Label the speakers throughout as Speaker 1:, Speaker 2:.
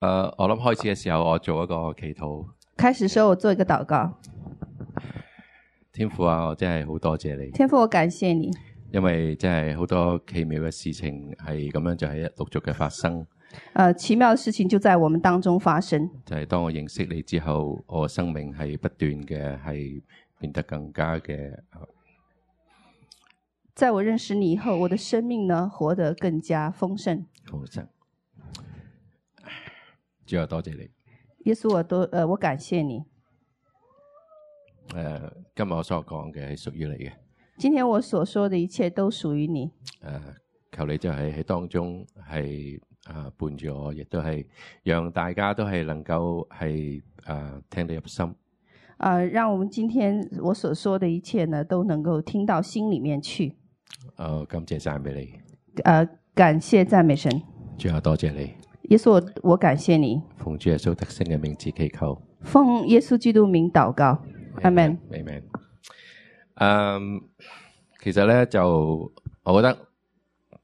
Speaker 1: 誒、呃我諗開始嘅時候，我做一個祈禱，
Speaker 2: 开始的时候我做一个祷告，
Speaker 1: 天父啊，我真係好多謝你，
Speaker 2: 天父，我感谢你，
Speaker 1: 因為真係好多奇妙嘅事情係咁樣就係陸續嘅發生。
Speaker 2: 呃，奇妙的事情就在我们當中發生。
Speaker 1: 就係當我認識你之後，我嘅生命係不斷嘅係變得更加嘅呃
Speaker 2: 在我認識你以後，我的生命呢活得更加豐盛。
Speaker 1: 好真。 主啊，多謝你。
Speaker 2: 耶穌，我都呃，我感謝你。
Speaker 1: 誒、呃今日我所講嘅係屬於你嘅。誒、
Speaker 2: 今天我所說的一切都屬於你，
Speaker 1: 呃求你就係喺當中係啊伴住我，亦都係讓大家都係能夠係啊聽得入心。
Speaker 2: 呃，讓我們今天我所說的一切呢都能夠聽到心裡面去。
Speaker 1: 誒，感謝讚俾你，
Speaker 2: 呃，感謝讚美神。
Speaker 1: 主啊，多謝你，
Speaker 2: 耶穌，我我感謝你，
Speaker 1: 奉主耶穌特聖嘅名字祈求。
Speaker 2: 奉耶穌基督名禱告，阿門。
Speaker 1: Amen。嗯，其實咧就我覺得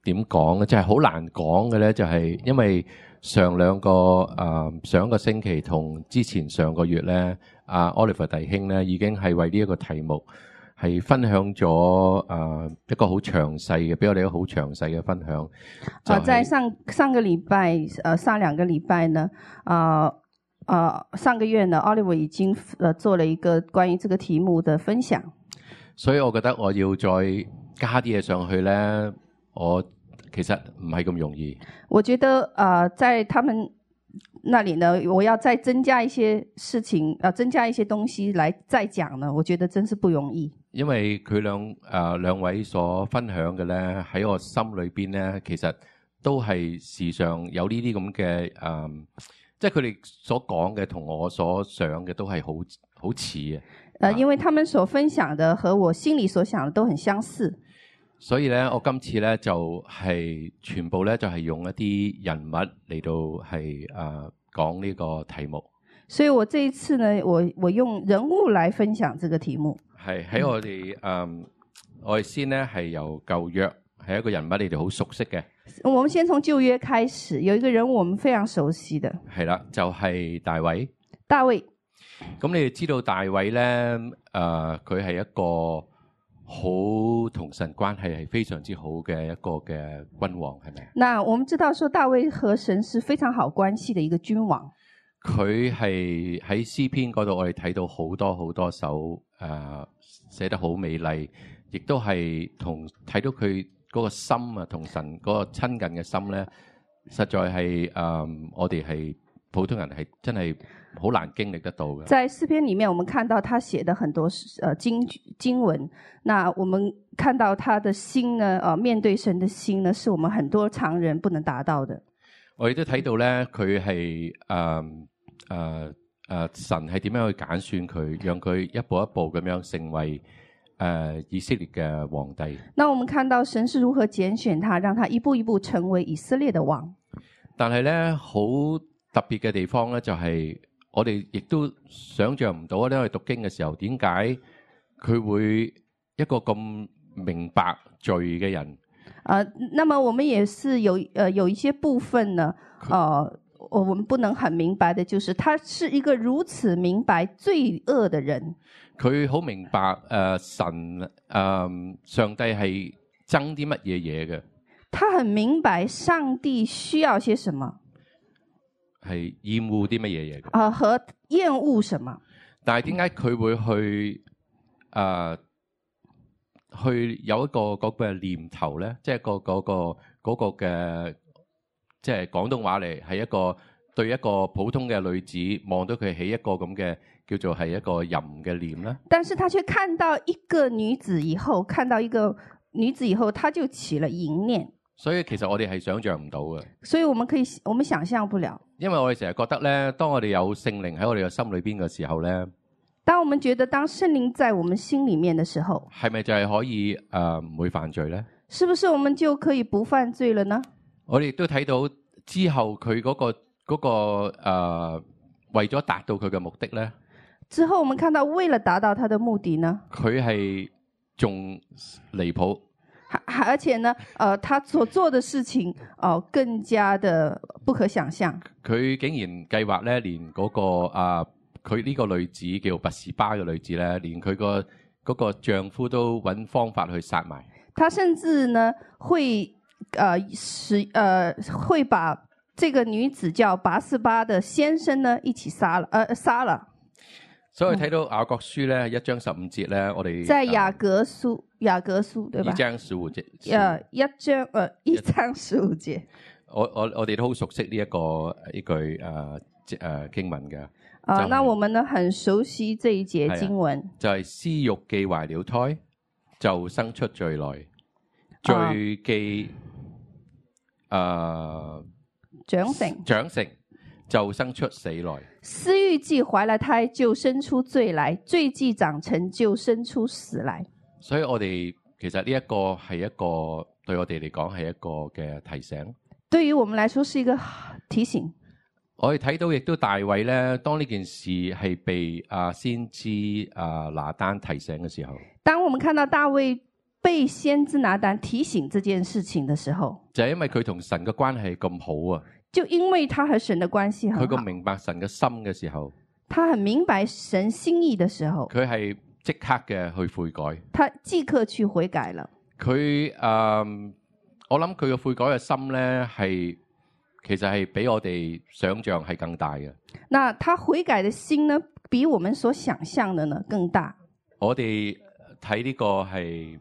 Speaker 1: 點講咧，就係、好難講嘅咧，就係、因為上兩個誒、嗯上個星期同之前上個月咧，阿、Oliver à, 弟兄咧已經係為呢一個題目。係分享咗誒、一個好詳細嘅，俾我哋一個好詳細嘅分享。就
Speaker 2: 啊，在
Speaker 1: 係
Speaker 2: 上上个礼拜，呃，上两个礼拜呢，啊、呃，上个月呢，Oliver 已经呃做了一个关于这个题目的分享。
Speaker 1: 所以我覺得我要再加啲嘢上去咧，我其實唔係咁容易。
Speaker 2: 我觉得呃，在他们那里呢，我要再增加一些事情，呃，增加一些东西来再讲呢，我觉得真是不容易。
Speaker 1: 因為佢兩誒、呃、兩位所分享嘅咧，喺我心裏邊咧，其實都係時常有呢啲咁嘅誒，即係佢哋所講嘅同我所想嘅都係好好似嘅，
Speaker 2: 呃，
Speaker 1: 啊
Speaker 2: 因为他们所分享的和我心里所想的都很相似，
Speaker 1: 所以咧，我今次咧就係、全部咧就係、用一啲人物嚟到係誒講呢個題目，
Speaker 2: 所以我这一次呢，我我用人物来分享这个题目。
Speaker 1: 係喺我哋誒、呃我哋先咧係由舊約係一個人物，你哋好熟悉嘅。
Speaker 2: 我们先从旧约开始，有一个人物我们非常熟悉的
Speaker 1: 係啦，就係、大衛。
Speaker 2: 大卫。
Speaker 1: 咁你哋知道大衛咧，誒佢係一個好同神關係係非常之好嘅一個嘅君王，係咪？啊
Speaker 2: 那我们知道说大卫和神是非常好关系的一个君王。
Speaker 1: 佢係喺詩篇嗰度，我哋睇到好多好多首誒、呃、寫得好美麗，亦都係同睇到佢嗰個心啊，同神嗰個親近嘅心咧，實在係誒、呃我哋係普通人係真係好難經歷得到嘅。
Speaker 2: 在诗篇里面，我们看到他写的很多呃经经文。那我们看到他的心呢，呃，面对神的心呢，是我们很多常人不能达到的。
Speaker 1: 我亦都睇到咧，佢係誒誒誒神係點樣去揀選佢，讓佢一步一步咁樣成為誒、呃以色列嘅皇帝。
Speaker 2: 那我们看到神是如何拣选他，让他一步一步成为以色列的王。
Speaker 1: 但係咧，好特別嘅地方咧，就係、我哋亦都想像唔到咧，因為讀經嘅時候，點解佢會一個咁明白罪嘅人，
Speaker 2: 呃，那么我们也是有呃有一些部分呢，呃，我我们不能很明白的，就是他是一个如此明白罪恶的人。
Speaker 1: 佢好明白誒、呃神誒、呃上帝係憎啲乜嘢嘢嘅，
Speaker 2: 他很明白上帝需要些什么，
Speaker 1: 係厭惡啲乜嘢嘢嘅。
Speaker 2: 呃，和厌恶什么。
Speaker 1: 但係點解佢會去诶、呃去有一個嗰、個念頭咧？即係個嗰、個嗰、個嘅，即係廣東話嚟，係一個對一個普通嘅女子望到佢起一個咁嘅叫做係一個淫嘅念咧。
Speaker 2: 但是他却看到一个女子以后，看到一个女子以后，他就起了淫念。
Speaker 1: 所以其實我哋係想象唔到嘅，
Speaker 2: 所以我们可以，我們想象不了。
Speaker 1: 因為我哋成日覺得咧，當我哋有聖靈喺我哋嘅心裏邊嘅時候咧，
Speaker 2: 当我们觉得当圣灵在我们心里面的时候，
Speaker 1: 係咪就係可以诶唔、會犯罪咧？
Speaker 2: 是不是我们就可以不犯罪了呢？
Speaker 1: 我哋亦都睇到之後佢嗰、個嗰、個呃為咗達到佢嘅目的咧，
Speaker 2: 之后我们看到，为了达到他的目的呢，
Speaker 1: 佢係仲離譜，
Speaker 2: 还还而且呢，呃，他所做的事情哦、呃更加的不可想象。
Speaker 1: 佢竟然計劃咧，連嗰、個啊，佢呢個女子叫拔士巴嘅女子咧，連佢個嗰個丈夫都揾方法去殺埋。
Speaker 2: 他甚至呢会呃使呃会把这个女子叫拔四巴的先生呢一起杀了，呃杀了。
Speaker 1: 所以睇到雅各書咧一章十五節咧，我哋
Speaker 2: 在
Speaker 1: 啊
Speaker 2: 雅各书雅各书对吧
Speaker 1: 二？章十五節，
Speaker 2: 呃一章呃一章十五节。
Speaker 1: 我我我哋都好熟悉呢、一個呢句誒誒、即呃經文嘅，
Speaker 2: 啊、
Speaker 1: 就
Speaker 2: 那
Speaker 1: 係
Speaker 2: 我们呢很熟悉这一节
Speaker 1: 哎呀
Speaker 2: 经文，
Speaker 1: 就係、私欲既懷了胎，就生出罪來，
Speaker 2: 啊
Speaker 1: 罪既誒、呃
Speaker 2: 长成
Speaker 1: 長成就生出死來。
Speaker 2: 私欲既怀了胎，就生出罪来；罪既长成，就生出死来。
Speaker 1: 所以我哋其實呢一個係一個對我哋嚟講係一個嘅提醒。
Speaker 2: 对于我们来说是一个提醒。
Speaker 1: 我哋睇到亦都大衛咧，當呢件事係被啊先知啊拿單提醒嘅時候，
Speaker 2: 当我们看到大卫被先知拿单提醒这件事情的时候，
Speaker 1: 就係因為佢同神嘅關係咁好啊，
Speaker 2: 就因为他和神的关系
Speaker 1: 佢
Speaker 2: 很
Speaker 1: 咁
Speaker 2: 好，
Speaker 1: 明白神嘅心嘅時候，
Speaker 2: 他很明白神心意的时候，
Speaker 1: 佢係即刻嘅去悔改。
Speaker 2: 他即刻去悔改了。
Speaker 1: 佢啊、我諗佢嘅悔改嘅心咧係其實係比我哋想象係更大嘅。
Speaker 2: 那他悔改的心呢，比我们所想象的呢更大。
Speaker 1: 我哋睇呢個係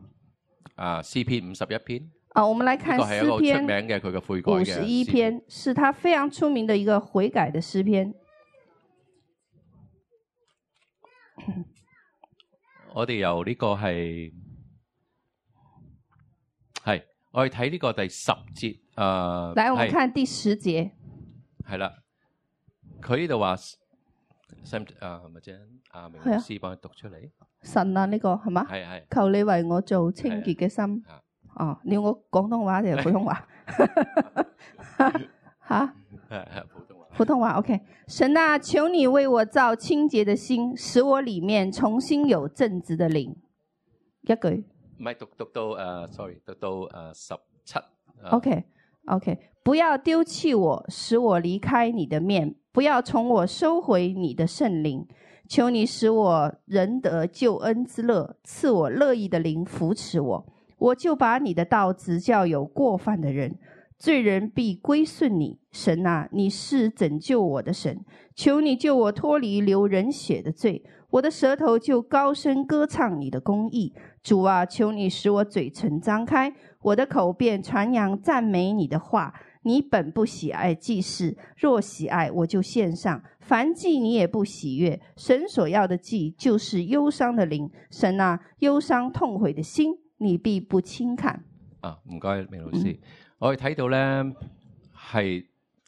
Speaker 1: 啊詩篇五十一篇。
Speaker 2: 啊，我们来
Speaker 1: 呢
Speaker 2: 看
Speaker 1: 個係一
Speaker 2: 诗
Speaker 1: 個出
Speaker 2: 篇
Speaker 1: 名嘅佢嘅悔改
Speaker 2: 五
Speaker 1: 嘅
Speaker 2: 十一
Speaker 1: 詩篇。
Speaker 2: 篇，是他非常出名的一个悔改的诗篇。
Speaker 1: 我哋由呢個係係我哋睇呢個第十節誒，呃
Speaker 2: 来，我们
Speaker 1: 係
Speaker 2: 看第十节，
Speaker 1: 係啦，佢呢度話使唔啊咪啫？阿明
Speaker 2: 係
Speaker 1: 老
Speaker 2: 啊
Speaker 1: 師幫佢讀出嚟，
Speaker 2: 神啊，呢、個係嘛？
Speaker 1: 係係
Speaker 2: 求你為我做清潔嘅心
Speaker 1: 係啊。
Speaker 2: 哦，你要我廣東話定係普 通話？吓，
Speaker 1: 係係普通話。
Speaker 2: 普通話 OK。神啊，求你为我造清洁的心，使我里面重新有正直的靈。一句
Speaker 1: 唔係讀讀到誒、呃 ờ, sorry，讀 ờ, 到誒十七。呃
Speaker 2: OK OK，不要丢弃我，使我离开你的面，不要从我收回你的圣灵。求你使我仁得救恩之乐，赐我乐意的灵扶持我，我就把你的道指教有过犯的人，罪人必归顺你。神啊，你是拯救我的神，求你救我脱离流人血的罪，我的舌头就高声歌唱你的公义。主啊，求你使我嘴唇张开，我的口便传扬赞美你的话。你本不喜爱祭祀，若喜爱，我就献上；凡祭你也不喜悦。神所要的祭，就是忧伤的灵。神啊，忧伤痛悔的心，你必不轻看。
Speaker 1: 啊，唔該，明老師，我哋睇到咧係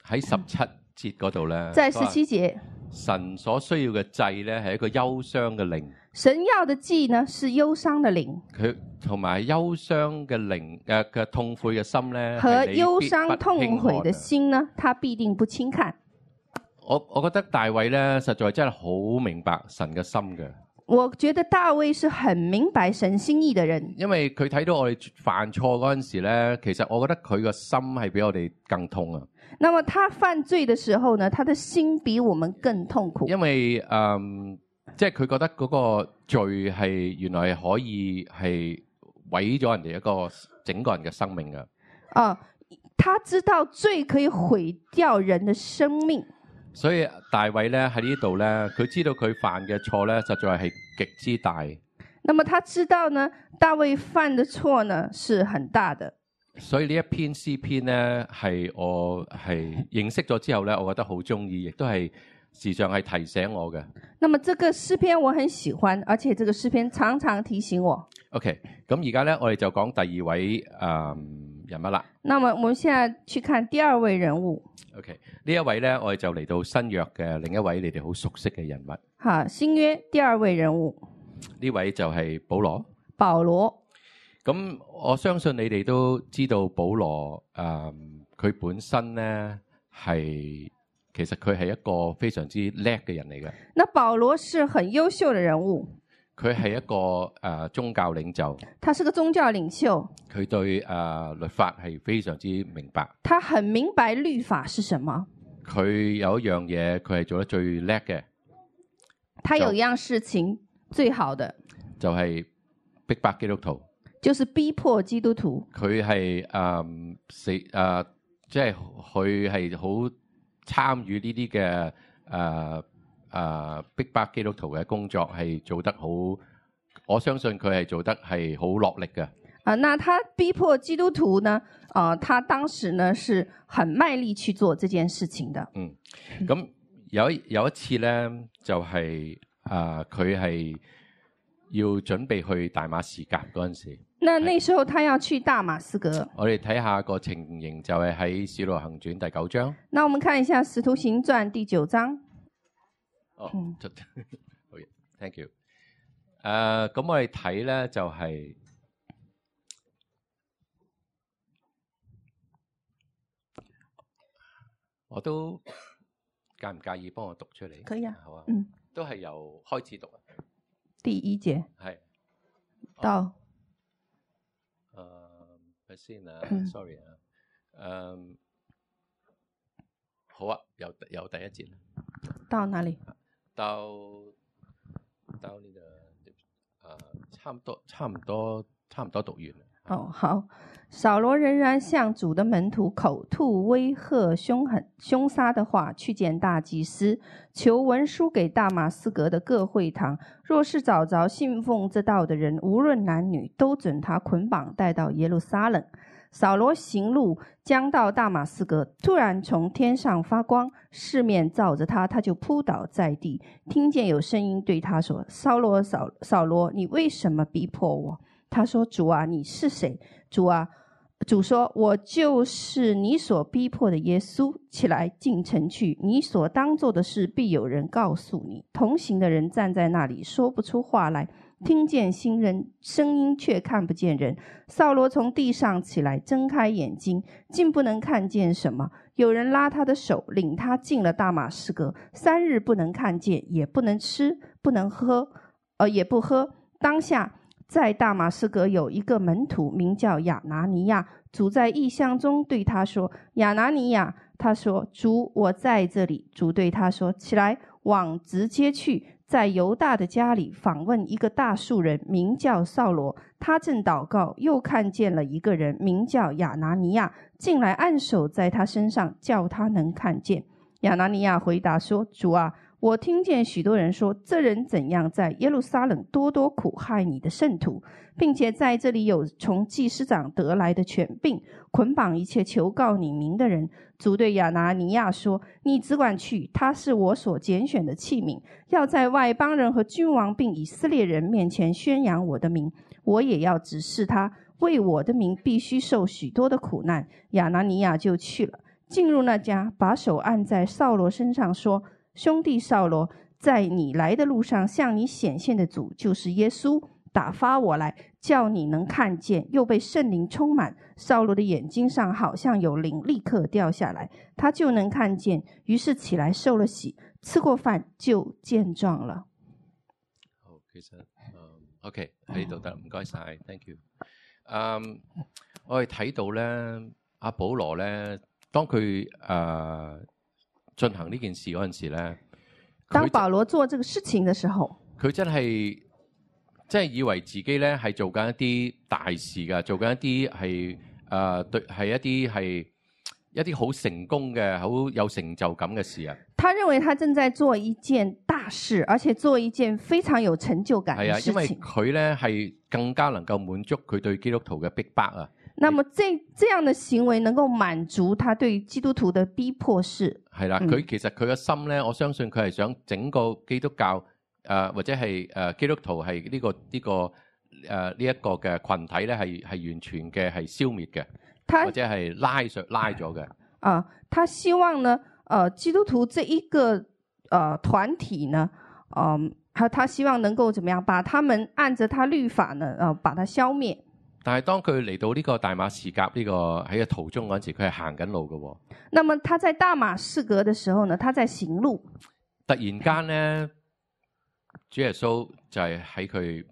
Speaker 1: 喺十七節嗰度咧，
Speaker 2: 在
Speaker 1: 佢
Speaker 2: 十
Speaker 1: 話
Speaker 2: 七节，
Speaker 1: 神所需要嘅祭咧係一個憂傷嘅靈，
Speaker 2: 神要的祭呢是忧伤的灵
Speaker 1: 佢同埋憂傷嘅靈诶嘅、痛悔嘅心咧，
Speaker 2: 和
Speaker 1: 係你必
Speaker 2: 忧伤
Speaker 1: 不輕
Speaker 2: 痛
Speaker 1: 看
Speaker 2: 悔的
Speaker 1: 啊。
Speaker 2: 心呢，他必定不轻看。
Speaker 1: 我我觉得大衛咧，實在真係好明白神嘅心嘅，
Speaker 2: 我觉得大卫是很明白神心意的人，
Speaker 1: 因為佢睇到我哋犯錯嗰阵时咧，其實我覺得佢個心係比我哋更痛啊，
Speaker 2: 那么他犯罪的时候呢，他的心比我们更痛苦，
Speaker 1: 因為诶、嗯即係佢覺得嗰個罪係原來係可以係毀咗人哋一個整個人嘅生命嘅。
Speaker 2: 啊、他知道罪可以毁掉人的生命，
Speaker 1: 所以大衛咧喺呢度咧，佢知道佢犯嘅錯咧，實在係極之大，
Speaker 2: 那么他知道呢，大卫犯的错呢是很大的。
Speaker 1: 所以呢一篇詩篇咧係我係認識咗之後咧，我覺得好中意，亦都係時常係提醒我嘅。
Speaker 2: 那么这个诗篇我很喜欢，而且这个诗篇常常提醒我。
Speaker 1: OK，咁而家咧我哋就講第二位誒、嗯人物啦。
Speaker 2: 那么我们现在去看第二位人物，
Speaker 1: OK，呢一位咧我哋就嚟到新約嘅另一位你哋好熟悉嘅人物，
Speaker 2: 哈，新约第二位人物
Speaker 1: 呢位就係保羅。
Speaker 2: 保罗。
Speaker 1: 咁我相信你哋都知道保羅誒，嗯佢、本身咧係其實佢係一個非常之叻嘅人嚟嘅。
Speaker 2: 那保罗是很优秀的人物，
Speaker 1: 佢係一個誒、呃宗教領袖，
Speaker 2: 他是个宗教领袖，
Speaker 1: 佢對誒、呃律法係非常之明白。
Speaker 2: 他很明白律法是什么。
Speaker 1: 佢有一樣嘢佢係做得最叻嘅，
Speaker 2: 他有
Speaker 1: 就
Speaker 2: 一样事情最好的，
Speaker 1: 就係、逼迫基督徒。
Speaker 2: 就是逼迫基督徒。
Speaker 1: 佢係誒死誒，即係佢係好參與呢啲嘅誒誒逼迫基督徒嘅工作，係做得好。我相信佢係做得係好落力嘅。
Speaker 2: 啊，那他逼迫基督徒呢？啊、他当时呢是很卖力去做这件事情的。
Speaker 1: 咁有一有一次咧，就係誒佢係要準備去大馬士革嗰陣時，
Speaker 2: 那那时候他要去大马士革。
Speaker 1: 我哋睇下個情形就係喺《使徒行傳》第九章。
Speaker 2: 那我们看一下《使徒行传》第九章，
Speaker 1: 哦
Speaker 2: 嗯，
Speaker 1: 出 好嘢，thank you。誒，咁我哋睇咧就係我都介唔介意幫我讀出嚟？
Speaker 2: 可以啊，
Speaker 1: 好啊，
Speaker 2: 嗯，
Speaker 1: 都係由開始讀啊，
Speaker 2: 第一节
Speaker 1: 係
Speaker 2: 到
Speaker 1: 誒，睇先啊
Speaker 2: 嗯
Speaker 1: ，sorry 啊，誒，好啊，由由第一節啦。
Speaker 2: 到哪里？
Speaker 1: 到到呢、個啊，差唔多，差唔多，差唔多讀完啦。啊
Speaker 2: 哦，好。扫罗仍然向主的门徒口吐威吓、凶狠、凶杀的话，去见大祭司，求文书给大马士革的各会堂，若是找着信奉这道的人，无论男女，都准他捆绑带到耶路撒冷。扫罗行路将到大马士革，突然从天上发光，四面照着他，他就扑倒在地。听见有声音对他说：“扫罗，扫扫罗，你为什么逼迫我？”他说：“主啊，你是谁？”主啊，主说：“我就是你所逼迫的耶稣。起来，进城去，你所当做的事必有人告诉你。”同行的人站在那里，说不出话来。听见新人声音，却看不见人。扫罗从地上起来，睁开眼睛，竟不能看见什么。有人拉他的手，领他进了大马士革。三日不能看见，也不能吃，不能喝，呃，也不喝。当下在大马士革有一个门徒，名叫亚拿尼亚。主在异象中对他说：“亚拿尼亚。”他说：“主，我在这里。”主对他说：“起来，往直接去，在犹大的家里访问一个大树人，名叫扫罗。他正祷告，又看见了一个人，名叫亚拿尼亚，进来按手在他身上，叫他能看见。”亚拿尼亚回答说：“主啊，我听见许多人说，这人怎样在耶路撒冷多多苦害你的圣徒，并且在这里有从祭司长得来的权柄，捆绑一切求告你名的人。主对亚拿尼亚说：‘你只管去，他是我所拣选的器皿，要在外邦人和君王并以色列人面前宣扬我的名。我也要指示他，为我的名必须受许多的苦难。’亚拿尼亚就去了，进入那家，把手按在扫罗身上，说。”兄弟扫罗，在你来的路上向你显现的主就是耶稣，打发我来，叫你能看见，又被圣灵充满。扫罗的眼睛上好像有灵，立刻掉下来，他就能看见。于是起来受了洗，吃过饭就健壮了。
Speaker 1: 好，其實嗯 OK 喺呢度得啦，唔該晒 t h a n k you。嗯，我哋睇到咧，阿保羅咧，當佢誒、呃、進行呢件事嗰陣時咧，佢
Speaker 2: 当保罗做这个事情的时候，
Speaker 1: 佢真係真係以為自己咧係做緊一啲大事㗎，做緊一啲係誒對係一啲係一啲好成功嘅、好有成就感嘅事啊。
Speaker 2: 他认为他正在做一件大事，而且做一件非常有成就感
Speaker 1: 係
Speaker 2: 的
Speaker 1: 啊，
Speaker 2: 事
Speaker 1: 因為
Speaker 2: 情。
Speaker 1: 佢咧係更加能夠滿足佢對基督徒嘅逼迫啊。
Speaker 2: 那么这这样的行为能够满足他对基督徒的逼迫是
Speaker 1: 係啦，
Speaker 2: 嗯
Speaker 1: 佢、其實佢嘅心咧，我相信佢係想整個基督教誒、呃或者係誒、呃基督徒係呢、個呢、個誒呢一個嘅群體咧係係完全嘅係消滅嘅，
Speaker 2: 他
Speaker 1: 或者係拉上拉咗嘅。
Speaker 2: 啊、他希望呢，呃，基督徒这一个呃团体呢，嗯、他他希望能够怎么样，把他们按着他律法呢，呃，把它消灭。
Speaker 1: 但係當佢嚟到呢個大馬士革呢、個喺個途中嗰陣時，佢係行緊路嘅、喎。
Speaker 2: 那么他在大马士革的时候呢，他在行路，
Speaker 1: 突然間咧，主耶穌就係喺佢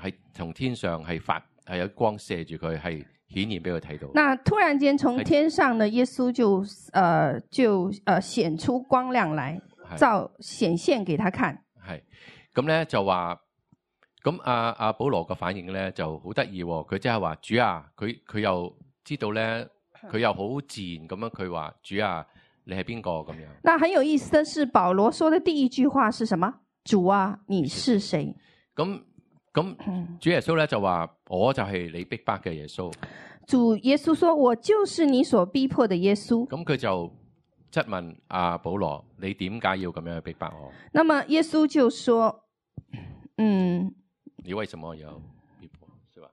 Speaker 1: 喺從天上係發係有光射住佢，係顯現俾佢睇到。
Speaker 2: 那突然间从
Speaker 1: 哎
Speaker 2: 天上呢，耶稣就呃就呃显出光亮来，
Speaker 1: 係
Speaker 2: 照显现给他看。
Speaker 1: 係咁咧就話，咁阿阿保羅嘅反應咧就好得意喎，佢即係話主啊，佢佢又知道咧，佢又好自然咁樣佢話主啊，你係邊個咁樣？
Speaker 2: 那很有意思的是，保罗说的第一句话是什么？主啊，你是谁？
Speaker 1: 咁咁主耶穌咧就話我就係你逼迫嘅耶穌，
Speaker 2: 主耶稣说：“我就是你所逼迫的耶稣。
Speaker 1: 咁佢就質問阿、保羅，你點解要咁樣去逼迫我？”
Speaker 2: 那么耶稣就说：“嗯，
Speaker 1: 你為什麼要逼迫我？是吧？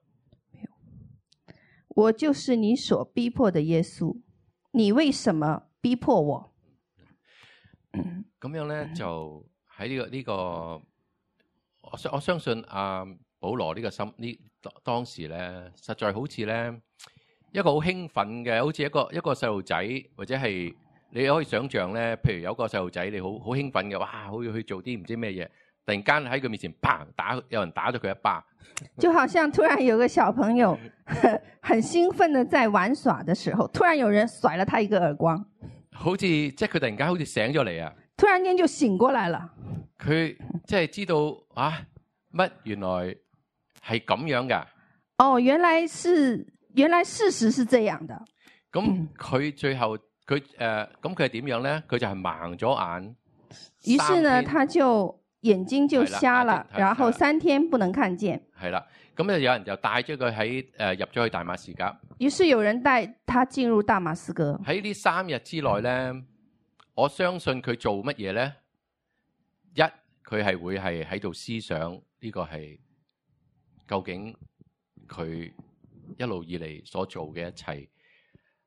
Speaker 2: 我就是你所逼迫的耶稣。你为什么逼迫我
Speaker 1: 咁樣咧就喺呢、個呢、個，我相我相信阿、保羅呢個心呢當當時咧，實在好似咧一個好興奮嘅，好似一個一個細路仔或者係你可以想象咧，譬如有個細路仔你好好興奮嘅，哇，好要去做啲唔知咩嘢，突然間喺佢面前砰打，有人打咗佢一巴，？”
Speaker 2: 就好像突然有个小朋友 很兴奋的在玩耍的时候，突然有人甩了他一个耳光，
Speaker 1: 好似即係佢突然間好似醒咗嚟啊！
Speaker 2: 突然间就醒过来了。
Speaker 1: 佢即係知道啊乜原來係咁樣㗎。
Speaker 2: 哦，原来是原来事实是这样的。嗯
Speaker 1: 咁佢最後佢誒咁佢係點樣咧？佢就係盲咗眼，
Speaker 2: 于是呢，
Speaker 1: 三天
Speaker 2: 他就眼睛就
Speaker 1: 对了他
Speaker 2: 瞎
Speaker 1: 就
Speaker 2: 了，
Speaker 1: 他就
Speaker 2: 然
Speaker 1: 瞎
Speaker 2: 后
Speaker 1: 了
Speaker 2: 三天不能看见。
Speaker 1: 係啦。咁就有人就帶咗佢喺誒入咗去大馬士革。
Speaker 2: 于是有人带他进入大马士革。
Speaker 1: 喺呢三日之內咧，我相信佢做乜嘢咧？一佢係會係喺度思想呢、個係究竟佢一路以嚟所做嘅一切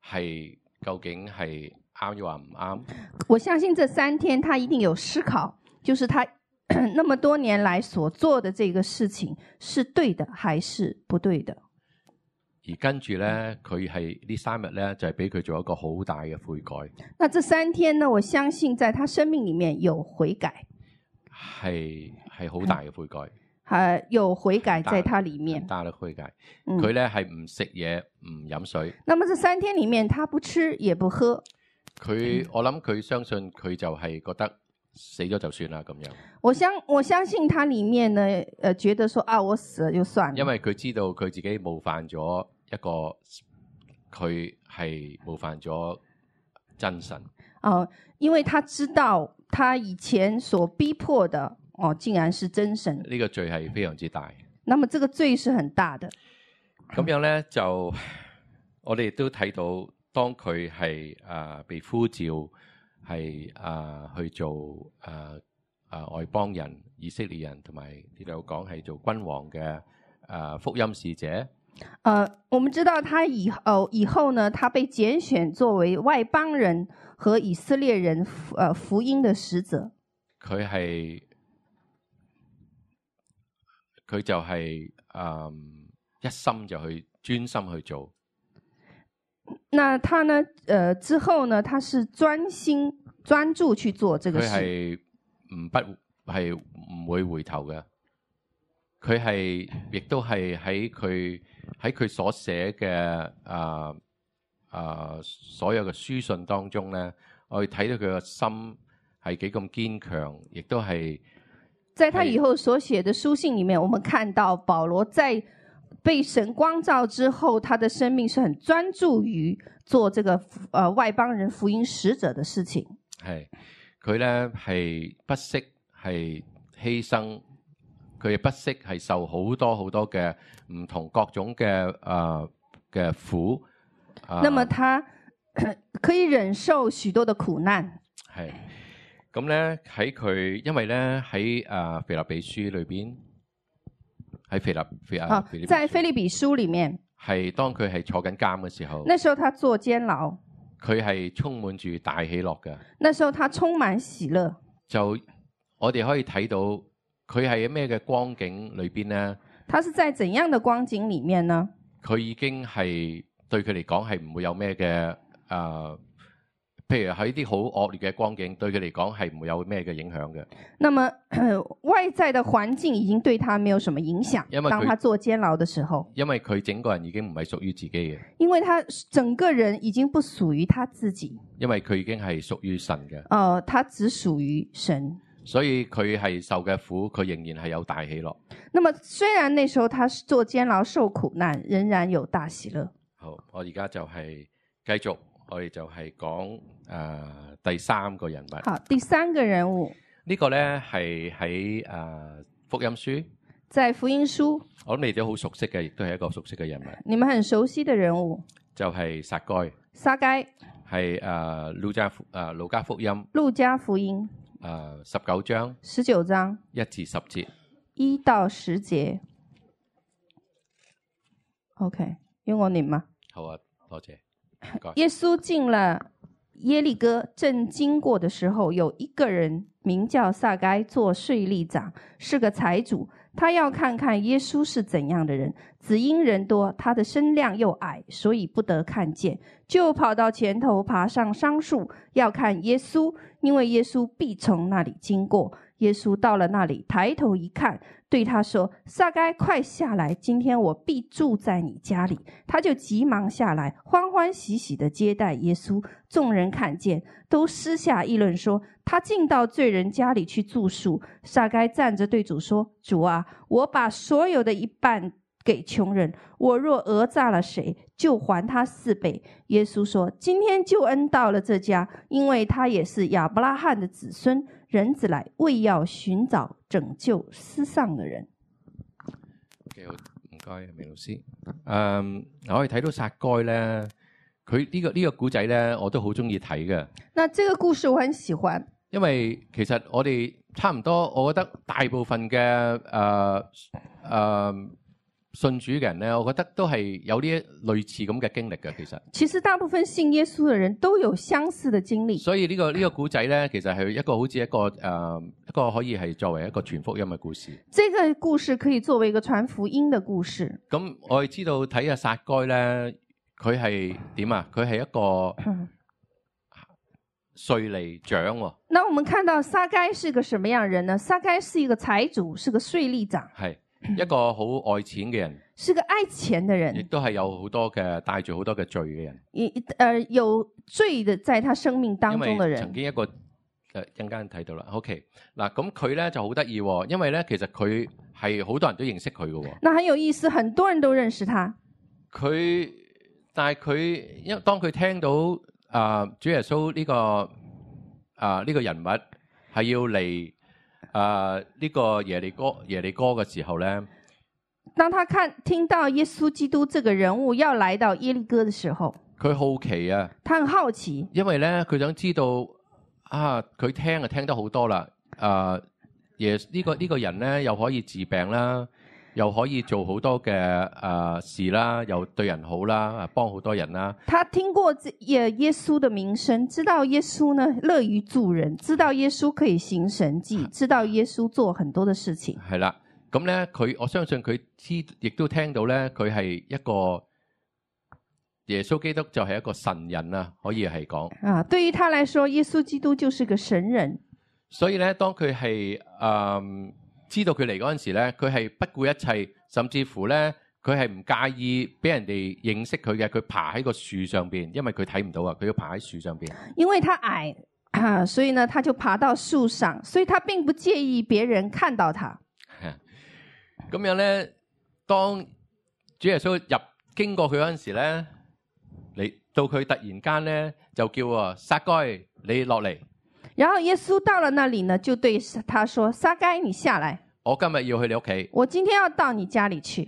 Speaker 1: 係究竟係啱又話唔啱？
Speaker 2: 我相信这三天他一定有思考，就是他 那么多年来所做的这个事情是对的还是不对的。
Speaker 1: 而跟住呢，
Speaker 2: 嗯
Speaker 1: 佢係呢三日呢，就係俾佢做一個好大嘅悔改，
Speaker 2: 那这三天呢，我相信在他生命里面有悔改，
Speaker 1: 係係好大嘅悔改，
Speaker 2: 还有悔改在嗯他里面。
Speaker 1: 大嘅悔改。
Speaker 2: 嗯，
Speaker 1: 佢呢係唔食嘢，唔飲水。
Speaker 2: 那么这三天里面，他不吃也不喝。
Speaker 1: 佢
Speaker 2: 嗯
Speaker 1: 我諗佢相信佢就係覺得死咗就算啦咁樣，
Speaker 2: 我相我相信他里面呢，呃，觉得说啊，我死了就算
Speaker 1: 因
Speaker 2: 了，
Speaker 1: 為佢知道佢自己冒犯咗一個，佢係冒犯咗真神。
Speaker 2: 哦、因为他知道他以前所逼迫的哦，竟然是真神，
Speaker 1: 呢、個罪係非常之大。
Speaker 2: 那么这个罪是很大的。
Speaker 1: 咁樣呢，就 我哋都睇到，當佢係誒被呼召係誒、呃去做誒誒、呃呃外邦人、以色列人，同埋呢度有講係做君王嘅誒、呃福音使者。
Speaker 2: 呃，我们知道他以后呃以后呢，他被拣选作为外邦人和以色列人福呃福音的使者。
Speaker 1: 佢係佢就係、嗯一心就去專心去做，
Speaker 2: 那他呢，呃，之后呢，他是专心专注去做这个
Speaker 1: 佢
Speaker 2: 事，
Speaker 1: 係唔不係唔會回頭嘅。佢係亦都係喺佢喺佢所寫嘅啊啊所有嘅書信當中咧，我哋睇到佢嘅心係幾咁堅強，亦都係
Speaker 2: 在他以后所写的书信里面，我们看到保罗在被神光照之后，他的生命是很专注于做这个呃外邦人福音使者的事情。
Speaker 1: 係佢咧係不惜係犧牲，佢亦不惜係受好多好多嘅唔同各種嘅啊嘅苦。啊
Speaker 2: 那么他 可以忍受许多的苦难。
Speaker 1: 係咁咧喺佢，因為咧喺啊腓立比書裏邊，喺腓立腓啊
Speaker 2: 啊
Speaker 1: 腓立，比
Speaker 2: 在
Speaker 1: 書
Speaker 2: 菲利比书里面，
Speaker 1: 係當佢係坐緊監嘅時候，
Speaker 2: 那时候他坐监牢，
Speaker 1: 佢係充滿住大喜樂嘅。
Speaker 2: 那时候他充满喜乐。
Speaker 1: 就我哋可以睇到佢係喺咩嘅光景裏邊咧，
Speaker 2: 他是在怎样的光景里面呢？
Speaker 1: 佢已經係對佢嚟講係唔會有咩嘅啊譬如喺啲好惡劣嘅光景，對佢嚟講係唔會有咩嘅影響嘅，
Speaker 2: 那么 外在的环境已经对他没有什么影响
Speaker 1: 因为。
Speaker 2: 当
Speaker 1: 佢
Speaker 2: 他坐监牢的时候，
Speaker 1: 因為佢整個人已經唔係屬於自己嘅，
Speaker 2: 因为他整个人已经不属于他自己，
Speaker 1: 因為佢已經係屬於神嘅，
Speaker 2: 呃，他只属于神。
Speaker 1: 所以佢係受嘅苦，佢仍然係有大喜樂。
Speaker 2: 那么虽然那时候他是坐监牢受苦难，仍然有大喜乐。
Speaker 1: 好，我而家就係繼續，我哋就係講誒第三個人物。
Speaker 2: 好，第三个人物
Speaker 1: 呢個呢係喺誒福音書，
Speaker 2: 在福音书，
Speaker 1: 我諗你都好熟悉嘅，亦都係一個熟悉嘅人物，
Speaker 2: 你们很熟悉的人物
Speaker 1: 就係撒該，
Speaker 2: 撒该，
Speaker 1: 係誒路加福誒路加福音
Speaker 2: 路加福音
Speaker 1: 誒十九章
Speaker 2: 十九章
Speaker 1: 一至十節。
Speaker 2: 一到十节。OK，用我你吗？
Speaker 1: 好啊，多謝。
Speaker 2: 耶稣进了耶利哥，正经过的时候，有一个人名叫撒该，做税吏长，是个财主。他要看看耶稣是怎样的人，只因人多，他的身量又矮，所以不得看见，就跑到前头，爬上桑树，要看耶稣，因为耶稣必从那里经过。耶稣到了那里，抬头一看，对他说：“撒该，快下来！今天我必住在你家里。”他就急忙下来，欢欢喜喜的接待耶稣。众人看见，都私下议论说：“他进到罪人家里去住宿。”撒该站着对主说：“主啊，我把所有的一半给穷人，我若讹诈了谁，就还他四倍。”耶稣说：“今天救恩到了这家，因为他也是亚伯拉罕的子孙。人子来为要寻找拯救失丧的人。
Speaker 1: 幾好，唔該，明老師。誒，我哋睇到撒該呢，佢呢個呢個古仔呢，我都好中意睇嘅。”
Speaker 2: 那这个故事我很喜欢。
Speaker 1: 因為其實我哋差唔多，我覺得大部分嘅誒誒信主嘅人咧，我覺得都係有呢一類似咁嘅經歷嘅。其實，
Speaker 2: 其实大部分信耶稣的人都有相似的经历，
Speaker 1: 所以呢、個呢、個古仔咧，其實係一個好似一個誒、呃一個可以係作為一個全福音嘅故事。
Speaker 2: 这个故事可以作为一个传福音的故事。
Speaker 1: 咁我哋知道睇下撒該咧，佢係點啊？佢係一個税吏長喎、
Speaker 2: 那我们看到撒该是个什么样的人呢？撒该是一个财主，是个税吏长，
Speaker 1: 係一個好愛錢嘅人，
Speaker 2: 是个爱钱的
Speaker 1: 亦
Speaker 2: 人，
Speaker 1: 都係有好多嘅帶住好多嘅罪嘅人。
Speaker 2: 也呃有罪的在他生命当中的
Speaker 1: 因為曾
Speaker 2: 人。
Speaker 1: 經一個誒陣間睇到啦，OK 嗱，咁佢咧就好得意喎，因為咧其實佢係好多人都認識佢嘅喎，
Speaker 2: 那很有意思，很多人都认识他。
Speaker 1: 佢但係佢因為當佢聽到啊、主耶穌呢、個啊呢、個人物係要嚟啊呢個耶利哥耶利哥嘅時候咧，
Speaker 2: 当他看听到耶稣基督这个人物要来到耶利哥的时候，
Speaker 1: 佢好奇啊，
Speaker 2: 他很好奇，
Speaker 1: 因為咧佢想知道啊，佢聽啊聽得好多啦，啊、耶呢、個呢、個人咧又可以治病啦，又可以做好多嘅啊、事啦，又對人好啦，啊幫好多人啦，
Speaker 2: 他听过这耶耶稣的名声，知道耶稣呢乐于助人，知道耶稣可以行神迹，知道耶稣做很多的事情。
Speaker 1: 係啦。咁咧佢我相信佢知，亦都聽到咧佢係一個耶穌基督就係一個神人啊，可以係講。
Speaker 2: 啊，对于他来说，耶稣基督就是个神人。
Speaker 1: 所以咧，當佢係誒知道佢嚟嗰陣時咧，佢係不顧一切，甚至乎咧，佢係唔介意俾人哋認識佢嘅。佢爬喺個樹上邊，因為佢睇唔到啊，佢要爬喺樹上邊。
Speaker 2: 因为他矮啊，所以呢，他就爬到树上，所以他并不介意别人看到他。
Speaker 1: 咁樣咧，當主耶穌入經過佢嗰陣時咧，嚟到佢突然間咧就叫啊撒該，你落嚟，
Speaker 2: 然后耶稣到了那里呢，就对他说：“撒该，你下来，
Speaker 1: 我今日要去你屋企。
Speaker 2: 我今天要到你家里去。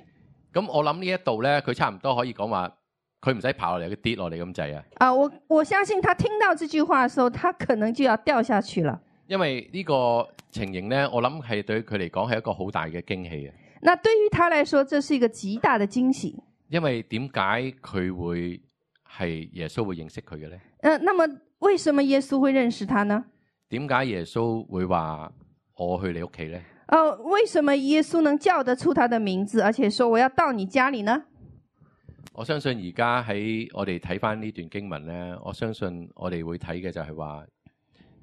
Speaker 1: 咁我諗呢一度咧，佢差唔多可以講話，佢唔使爬落嚟，佢跌落嚟咁滯啊。”
Speaker 2: 啊，我我相信他听到这句话的时候，他可能就要掉下去了。
Speaker 1: 因為呢個情形呢，我諗係對佢嚟講係一個好大嘅驚喜啊！
Speaker 2: 那对于他来说，这是一个极大的惊喜。
Speaker 1: 因為點解佢會係耶穌會認識佢嘅呢？
Speaker 2: 呃，那么为什么耶稣会认识他呢？
Speaker 1: 點解耶穌會話我去你屋企呢？
Speaker 2: 呃，为什么耶稣能叫得出他的名字，而且说我要到你家里呢？
Speaker 1: 我相信而家喺我哋睇翻呢段經文咧，我相信我哋會睇嘅就係話，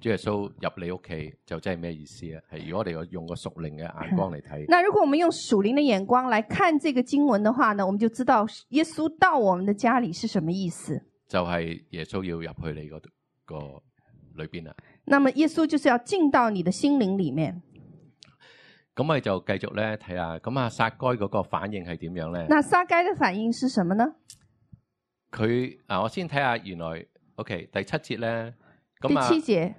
Speaker 1: 主耶穌入你屋企就真係咩意思啊？係如果我哋用個屬靈嘅眼光嚟睇，
Speaker 2: 那如果我们用属灵的眼光来看这个经文的话呢，我们就知道耶稣到我们的家里是什么意思。
Speaker 1: 就係耶穌要入去你嗰個裏邊啦。
Speaker 2: 那么耶稣就是要进到你的心灵里面。
Speaker 1: 咁我哋就繼續咧睇下，咁啊撒該嗰個反應係點樣咧？
Speaker 2: 那撒该的反应是什么呢？
Speaker 1: 佢啊，我先睇下原來 OK 第七節咧，
Speaker 2: 第
Speaker 1: 咁啊
Speaker 2: 七节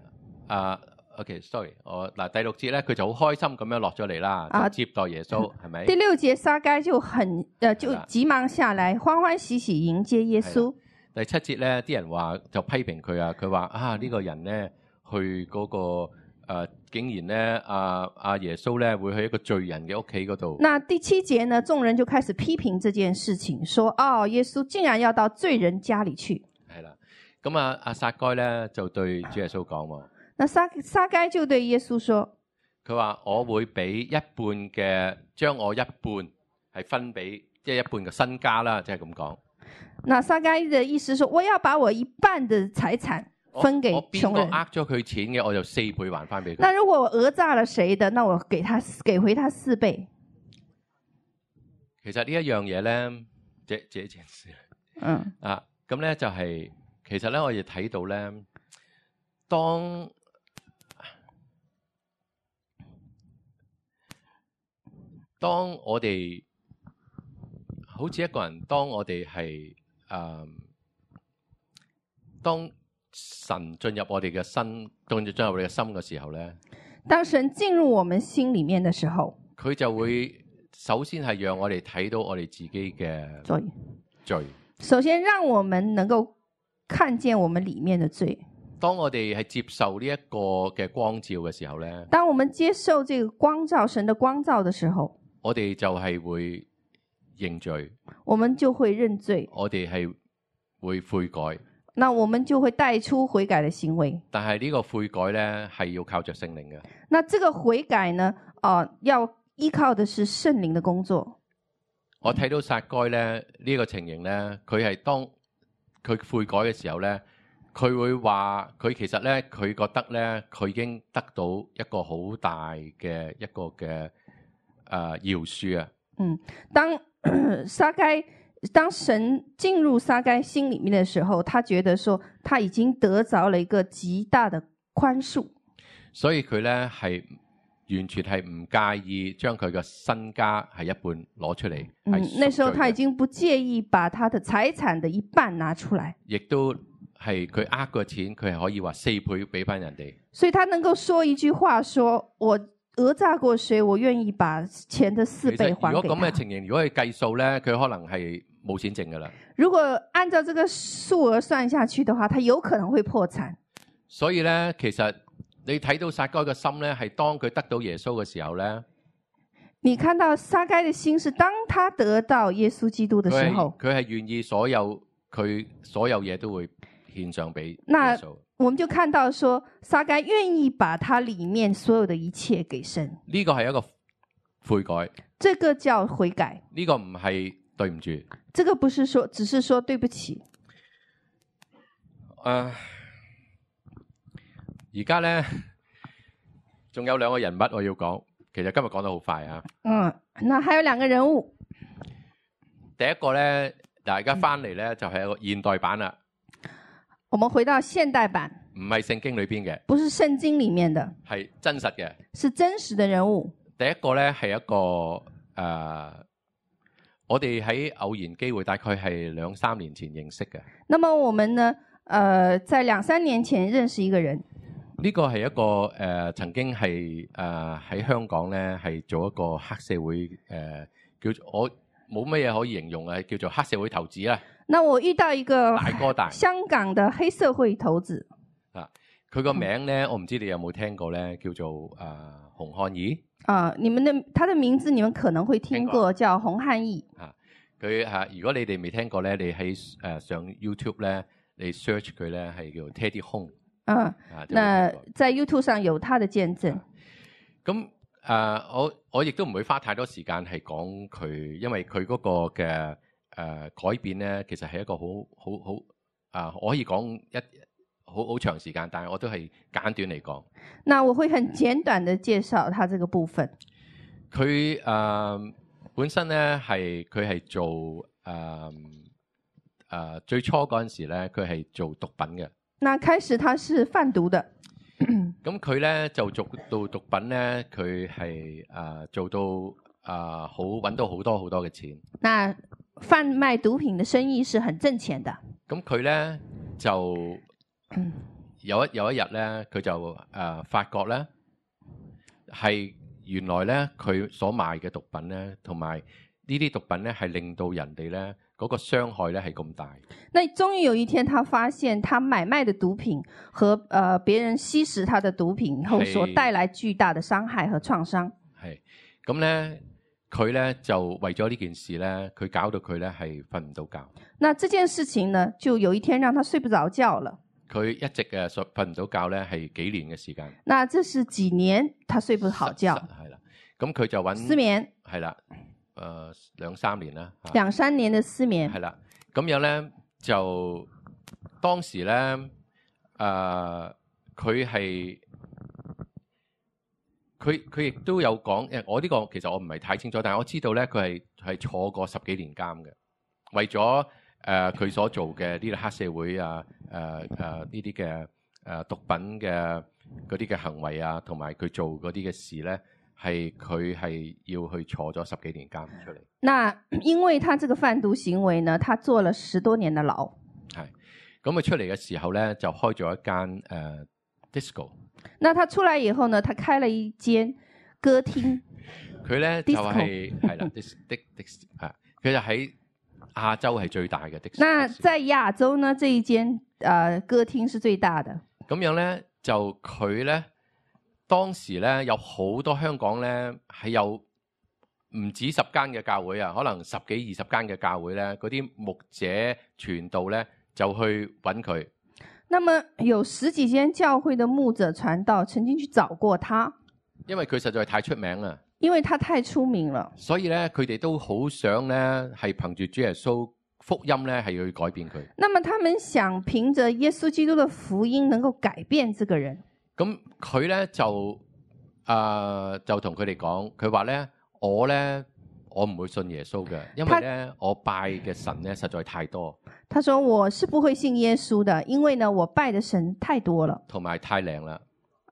Speaker 1: 啊 OK，sorry，我嗱第六節咧，佢就好開心咁樣落咗嚟啦，
Speaker 2: 啊
Speaker 1: 就接待耶 穌係咪？
Speaker 2: 第六节，撒该就很呃，就急忙下来，欢欢喜喜迎接耶稣。
Speaker 1: 第七節咧，啲人話就批評佢啊，佢話啊呢、個人咧去嗰、個、呃、竟然咧啊啊耶穌咧會去一個罪人嘅屋企嗰度，
Speaker 2: 那第七节呢，众人就开始批评这件事情，说：“哦，耶稣竟然要到罪人家里去。
Speaker 1: 係啦。咁啊阿撒該咧就對主耶穌講喎，”
Speaker 2: 那撒撒该就对耶稣说
Speaker 1: 佢話我會俾一半嘅，將我一半係分俾即係一半嘅身家啦，即係咁講。：“
Speaker 2: 那撒该的意思说，我要把我一半的财产
Speaker 1: 我
Speaker 2: 分给
Speaker 1: 我邊
Speaker 2: 穷
Speaker 1: 個
Speaker 2: 人。
Speaker 1: 呃咗佢錢嘅，我就四倍還翻俾佢。
Speaker 2: 那如果我讹诈了谁的，那我给他给回他四倍。
Speaker 1: 其實呢一樣嘢咧，這這件事。”
Speaker 2: 嗯，
Speaker 1: 啊，咁咧就係、其實咧，我哋睇到咧，當當我哋好似一個人，當我哋係誒，當神進入我哋嘅心，進入進入我哋嘅心嘅時候咧，
Speaker 2: 当神进入我們心里面的时候，
Speaker 1: 佢就會首先係讓我哋睇到我哋自己嘅
Speaker 2: 所以
Speaker 1: 罪。
Speaker 2: 首先让我们能够看见我们里面的罪。
Speaker 1: 當我哋係接受呢一個嘅光照嘅時候咧。
Speaker 2: 当我们接受这个光照，神的光照的时候，
Speaker 1: 我哋就係會認罪，
Speaker 2: 我们就会认罪，
Speaker 1: 我哋係會悔改，
Speaker 2: 那我们就会带出悔改的行为。
Speaker 1: 但係呢個悔改呢，係要靠着聖靈嘅。
Speaker 2: 那这个悔改呢，呃，要依靠的是圣灵的工作。
Speaker 1: 我睇到撒該呢，呢、個情形呢，佢係當佢悔改嘅時候呢，佢會話佢其實呢，佢覺得呢，佢已經得到一個好大嘅一個嘅誒饒恕啊！
Speaker 2: 当 撒该，当神进入撒该心里面的时候，他觉得说他已经得着了一个极大的宽恕，
Speaker 1: 所以佢呢係完全係唔介意將佢嘅身家係一半攞出嚟。
Speaker 2: 嗯
Speaker 1: 係，
Speaker 2: 那时候
Speaker 1: 贖罪
Speaker 2: 他
Speaker 1: 嘅
Speaker 2: 已经不介意把他的财产的一半拿出来，
Speaker 1: 亦都係佢呃個錢，佢係可以話四倍俾翻人哋。
Speaker 2: 所以他能够说一句话说我讹诈过谁，我愿意把钱的
Speaker 1: 其
Speaker 2: 四
Speaker 1: 實
Speaker 2: 倍还
Speaker 1: 如
Speaker 2: 给
Speaker 1: 果咁
Speaker 2: 他
Speaker 1: 嘅。情形，如果佢計數呢，佢可能係冇錢剩噶啦。
Speaker 2: 如果按照这个数额算下去的话，他有可能会破产。
Speaker 1: 所以呢，其實你睇到撒該嘅心呢，係當佢得到耶穌嘅時候呢，
Speaker 2: 你看到撒该的心是，当他得到耶稣基督的
Speaker 1: 佢
Speaker 2: 时
Speaker 1: 係
Speaker 2: 候，
Speaker 1: 佢係願意所有佢所有嘢都會獻上俾耶
Speaker 2: 那
Speaker 1: 穌。
Speaker 2: 我们就看到说，撒该愿意把他里面所有的一切给神，
Speaker 1: 呢個係一個悔改，
Speaker 2: 这个叫悔改。
Speaker 1: 呢、個唔係對唔住。
Speaker 2: 这个不是说，只是说对不起。
Speaker 1: 啊，而家呢，仲有兩個人物我要講，其實今日講得好快啊。
Speaker 2: 嗯，那还有两个人物，
Speaker 1: 第一個咧，大家翻嚟咧就係一個現代版啦，
Speaker 2: 我们回到现代版，
Speaker 1: 唔係聖經裏邊嘅，
Speaker 2: 不是圣經里面的，
Speaker 1: 係真實嘅。
Speaker 2: 是真实的人物。
Speaker 1: 第一個咧係一個诶、呃我哋喺偶然機會，大概係兩三年前認識嘅。
Speaker 2: 那么我们呢，呃，在两三年前认识一个人，
Speaker 1: 呢個係一個诶、呃曾經係诶喺香港咧係做一個黑社會诶、呃叫做我冇乜嘢可以形容啊，叫做黑社會投資啦，
Speaker 2: 那我遇到一个
Speaker 1: 啊大哥 大。
Speaker 2: 香港的黑社会头子，
Speaker 1: 佢個名咧，我唔知你有冇聽過咧，叫做诶、呃、洪漢義。
Speaker 2: 啊、你们的他的名字你们可能会听
Speaker 1: 听
Speaker 2: 过，叫洪汉义。
Speaker 1: 佢嚇、如果你哋未聽過咧，你喺誒、呃上 YouTube 咧，你 search 佢咧係叫 Teddy Hong
Speaker 2: 嗯，
Speaker 1: 啊。就會
Speaker 2: 那
Speaker 1: 聽過
Speaker 2: 在 YouTube 上有他的见证。
Speaker 1: 咁啊誒、呃我我亦都唔會花太多時間係講佢，因為佢嗰個嘅誒、呃改變咧，其實係一個好好好啊，我可以講一好好長時間，但係我都係簡短嚟講。
Speaker 2: 那我会很简短的介绍它这个部分。
Speaker 1: 佢誒、嗯本身咧係佢係做誒誒、呃最初嗰陣時咧，佢係做毒品嘅。
Speaker 2: 那开始它是贩毒的，
Speaker 1: 咁佢咧就做到毒品咧，佢係誒做到誒、呃好揾到好多好多嘅錢。
Speaker 2: 那贩卖毒品的生意是很挣钱的。
Speaker 1: 咁佢咧就有一有一日咧，佢就誒、呃、發覺咧係原來咧佢所賣嘅毒品咧，同埋呢啲毒品咧係令到人哋咧嗰個傷害咧係咁大。
Speaker 2: 那终于有一天，他发现他买卖的毒品和呃别人吸食他的毒品后
Speaker 1: 嘿
Speaker 2: 所带来巨大的伤害和创伤。
Speaker 1: 係咁咧，佢咧就為咗呢件事咧，佢搞到佢咧係瞓唔到
Speaker 2: 那这件事情呢，就有一天让他睡不着觉了。
Speaker 1: 覺，佢一直嘅睡瞓唔到覺咧係幾年嘅時間。
Speaker 2: 那这是几年他睡不好觉，
Speaker 1: 係啦，咁佢就
Speaker 2: 失
Speaker 1: 揾
Speaker 2: 眠
Speaker 1: 係啦，誒兩三年啦。嚇
Speaker 2: 两三年的失眠
Speaker 1: 系。啦，咁樣咧就當時咧，誒、佢係佢佢亦都有講誒，我呢個其實我唔係太清楚，但係我知道咧，佢係係坐過十幾年監嘅，為咗誒佢所做嘅呢啲黑社會啊誒誒呢啲嘅誒毒品嘅嗰啲嘅行為啊，同埋佢做嗰啲嘅事咧，係佢係要去坐咗十幾年監出嚟。
Speaker 2: 那 因为他这个贩毒行为呢，他坐了十多年的牢。
Speaker 1: 咁佢出嚟嘅時候咧，就開咗一間誒、呃 disco。
Speaker 2: 那他出来以后呢，他开了一间歌厅，
Speaker 1: 佢咧就
Speaker 2: Disco
Speaker 1: 係係啦，dis d i s 啊，佢就喺亞洲係最大嘅 disco。
Speaker 2: 那在亚洲呢，这一间呃歌厅是最大的。
Speaker 1: 咁樣咧，就佢咧當時咧有好多香港咧係有唔止十間嘅教會啊，可能十幾二十間嘅教會咧，嗰啲牧者傳道咧就去揾佢。
Speaker 2: 那么有十几间教会的牧者传道曾经去找过他，
Speaker 1: 因為佢實在太出名啦，
Speaker 2: 因为他太出名了，
Speaker 1: 所以咧佢哋都好想咧係憑住主耶穌福音咧係去改變佢。
Speaker 2: 那么他们想凭着耶稣基督的福音能够改变这个人。
Speaker 1: 咁佢咧就啊、就同佢哋講，佢話咧我咧我唔會信耶穌嘅，因為咧我拜嘅神咧實在太多，
Speaker 2: 他说：“我是不会信耶稣的，因为呢，我拜的神太多了
Speaker 1: 同埋太靚啦，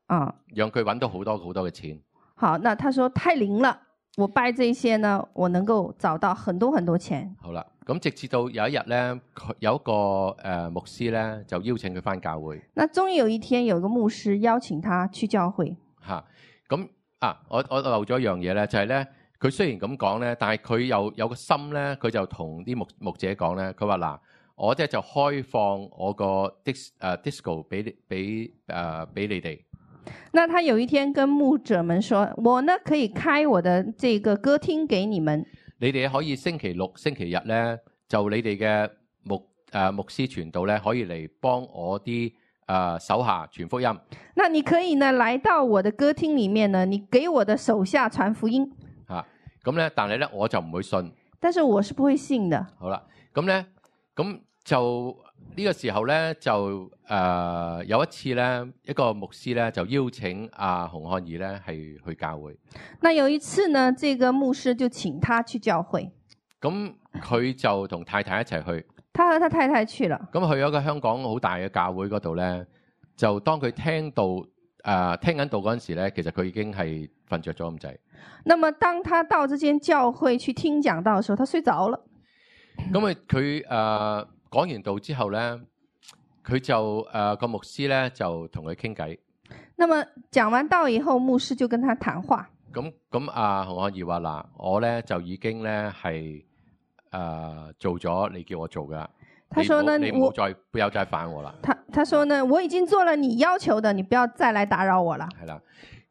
Speaker 2: 啊。
Speaker 1: 讓佢揾到好多好多嘅錢。
Speaker 2: 好，那他说太灵了，我拜这些呢，我能够找到很多很多钱。
Speaker 1: 好啦，咁直至到有一日咧，佢有一個诶、呃牧師咧就邀請佢翻教會
Speaker 2: 那终于有一天，有一个牧师邀请他去教会。
Speaker 1: 吓，咁啊我我漏咗一樣嘢咧，就係咧。佢雖然咁講咧，但係佢有有個心咧，佢就同啲牧牧者講咧，佢話嗱，我即係就開放我個 dis 誒、disco 俾你俾誒俾你哋，
Speaker 2: 那他有一天跟牧者们说：“我呢可以开我的这个歌厅给你们，
Speaker 1: 你哋可以星期六、星期日咧，就你哋嘅牧誒、呃牧師傳道咧，可以嚟幫我啲誒、呃手下傳福音。
Speaker 2: 那你可以呢来到我的歌厅里面呢，你给我的手下传福音，
Speaker 1: 咁咧，但係咧我就唔會信。
Speaker 2: 但是我是不会信的。
Speaker 1: 好啦，咁咧，咁就呢、個時候咧，就誒、呃有一次咧，一個牧師咧就邀請阿、洪漢義咧係去教會。
Speaker 2: 那有一次呢，这个牧师就請他去教会，
Speaker 1: 咁佢就同太太一齊去，
Speaker 2: 他和他太太去了。
Speaker 1: 咁去咗個香港好大嘅教會嗰度咧，就當佢聽到誒、呃、聽緊道嗰陣時咧，其實佢已經係瞓着咗咁滯。
Speaker 2: 那么当他到这间教会去听讲道的时候，他睡着了。
Speaker 1: 咁佢佢誒講完道之後咧，佢就誒呃個、牧師咧就同佢傾偈。
Speaker 2: 那么讲完道以后，牧师就跟他谈话。
Speaker 1: 咁咁啊，洪漢義話嗱，我咧就已經咧係誒呃做咗你叫我做噶。
Speaker 2: 他說呢
Speaker 1: 你唔好你唔好
Speaker 2: 我
Speaker 1: 再不要再煩我啦，
Speaker 2: 他他说呢，我已经做了你要求的，你不要再来打扰我了。
Speaker 1: 係啦。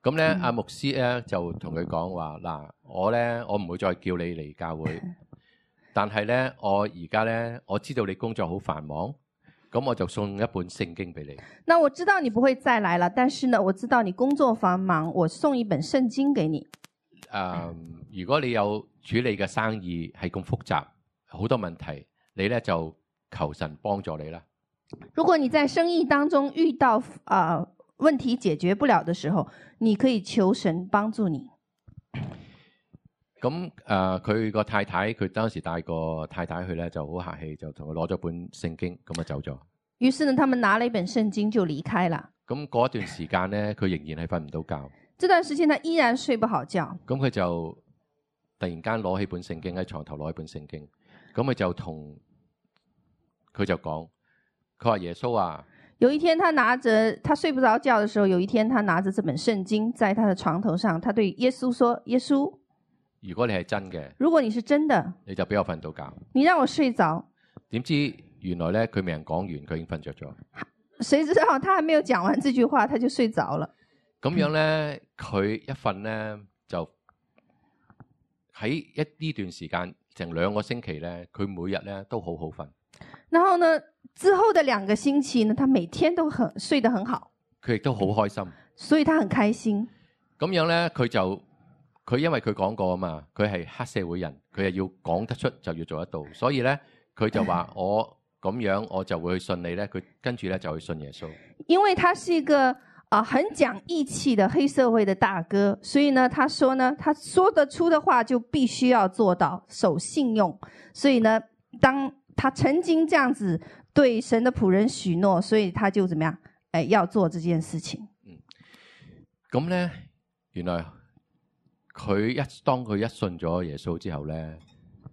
Speaker 1: 咁咧，
Speaker 2: 嗯
Speaker 1: 阿牧師咧就同佢講話嗱，我咧我唔會再叫你嚟教 會，但係咧我而家咧我知道你工作好繁忙，咁我就送一本聖經俾你。
Speaker 2: 那我知道你不会再来了，但是呢，我知道你工作繁忙，我送一本圣经给你。
Speaker 1: 呃誒、如果你有處理嘅生意係咁複雜，好多問題，你咧就求神幫助你啦。
Speaker 2: 如果你在生意当中遇到啊、呃问题解决不了的时候，你可以求神帮助你。
Speaker 1: 咁誒，呃佢、個太太佢當時帶個太太去咧，就好客氣，就同佢攞咗本聖經，咁啊走咗。
Speaker 2: 于是呢，他们拿了一本圣经就离开了。
Speaker 1: 咁嗰段時間咧，佢仍然係瞓唔到覺。
Speaker 2: 这段时间他依然睡不好觉，
Speaker 1: 咁佢就突然間攞起本聖經喺床頭攞起本聖經，咁佢就同佢就講，佢話耶穌啊，
Speaker 2: 有一天他拿着他睡不着觉的时候，有一天他拿着这本圣经在他的床头上，他对耶稣说：“耶稣，
Speaker 1: 如果你係真嘅，
Speaker 2: 如果你是真的，
Speaker 1: 你就俾我瞓到覺。
Speaker 2: 你让我睡着。
Speaker 1: 點知原來咧佢未人講完，佢已經瞓着咗。”
Speaker 2: 谁知道他还没有讲完这句话，他就睡着了。
Speaker 1: 咁樣咧，佢一瞓咧就喺一呢段時間成兩個星期咧，佢每日咧都好好瞓。
Speaker 2: 然后呢，之后的两个星期呢，他每天都很睡得很好，
Speaker 1: 佢亦都好開心。
Speaker 2: 所以他很开心。
Speaker 1: 咁樣咧，佢就佢因為佢講過啊嘛，佢係黑社會人，佢係要講得出就要做得到，所以咧佢就話我咁樣我就會去信你咧，佢跟住咧就去信耶穌。
Speaker 2: 因为他是一个啊、呃很讲义气的黑社会的大哥，所以呢，他说呢，他说得出的话就必须要做到，守信用。所以呢，当他曾经这样子对神的仆人许诺，所以他就怎么样，哎，要做这件事情。
Speaker 1: 咁咧原來佢一當佢一信咗耶穌之後咧，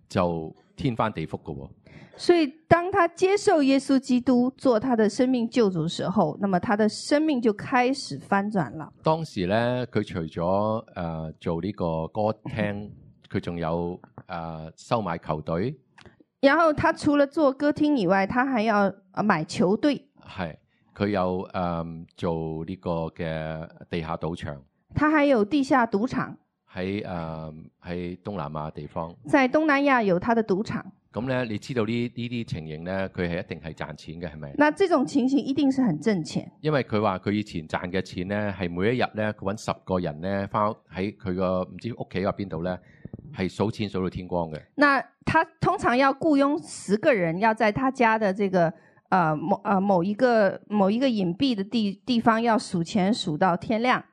Speaker 1: 就天翻地覆噶喎。
Speaker 2: 所以，当他接受耶稣基督做他的生命救主时候，那么他的生命就开始翻转了。
Speaker 1: 當時咧，佢除咗誒、呃做呢個歌廳，佢仲有誒、呃收買球隊，
Speaker 2: 然后他除了做歌厅以外，他还要呃买球队，
Speaker 1: 係佢有誒、呃做呢個嘅地下賭場
Speaker 2: 他还有地下赌场，
Speaker 1: 喺誒喺東南亞地方。
Speaker 2: 在东南亚有他的赌场。
Speaker 1: 咁咧，你知道呢呢啲情形咧，佢係一定係賺錢嘅，係咪？
Speaker 2: 那这種情形一定是很挣錢，
Speaker 1: 因為佢話佢以前賺嘅錢咧，係每一日咧，佢揾十個人咧，翻喺佢個唔知屋企或邊度咧，係數錢數到天光嘅。
Speaker 2: 那他通常要雇佣十个人，要在他家的这个呃某呃某一个某一个隐蔽的地地方要数钱数到天亮。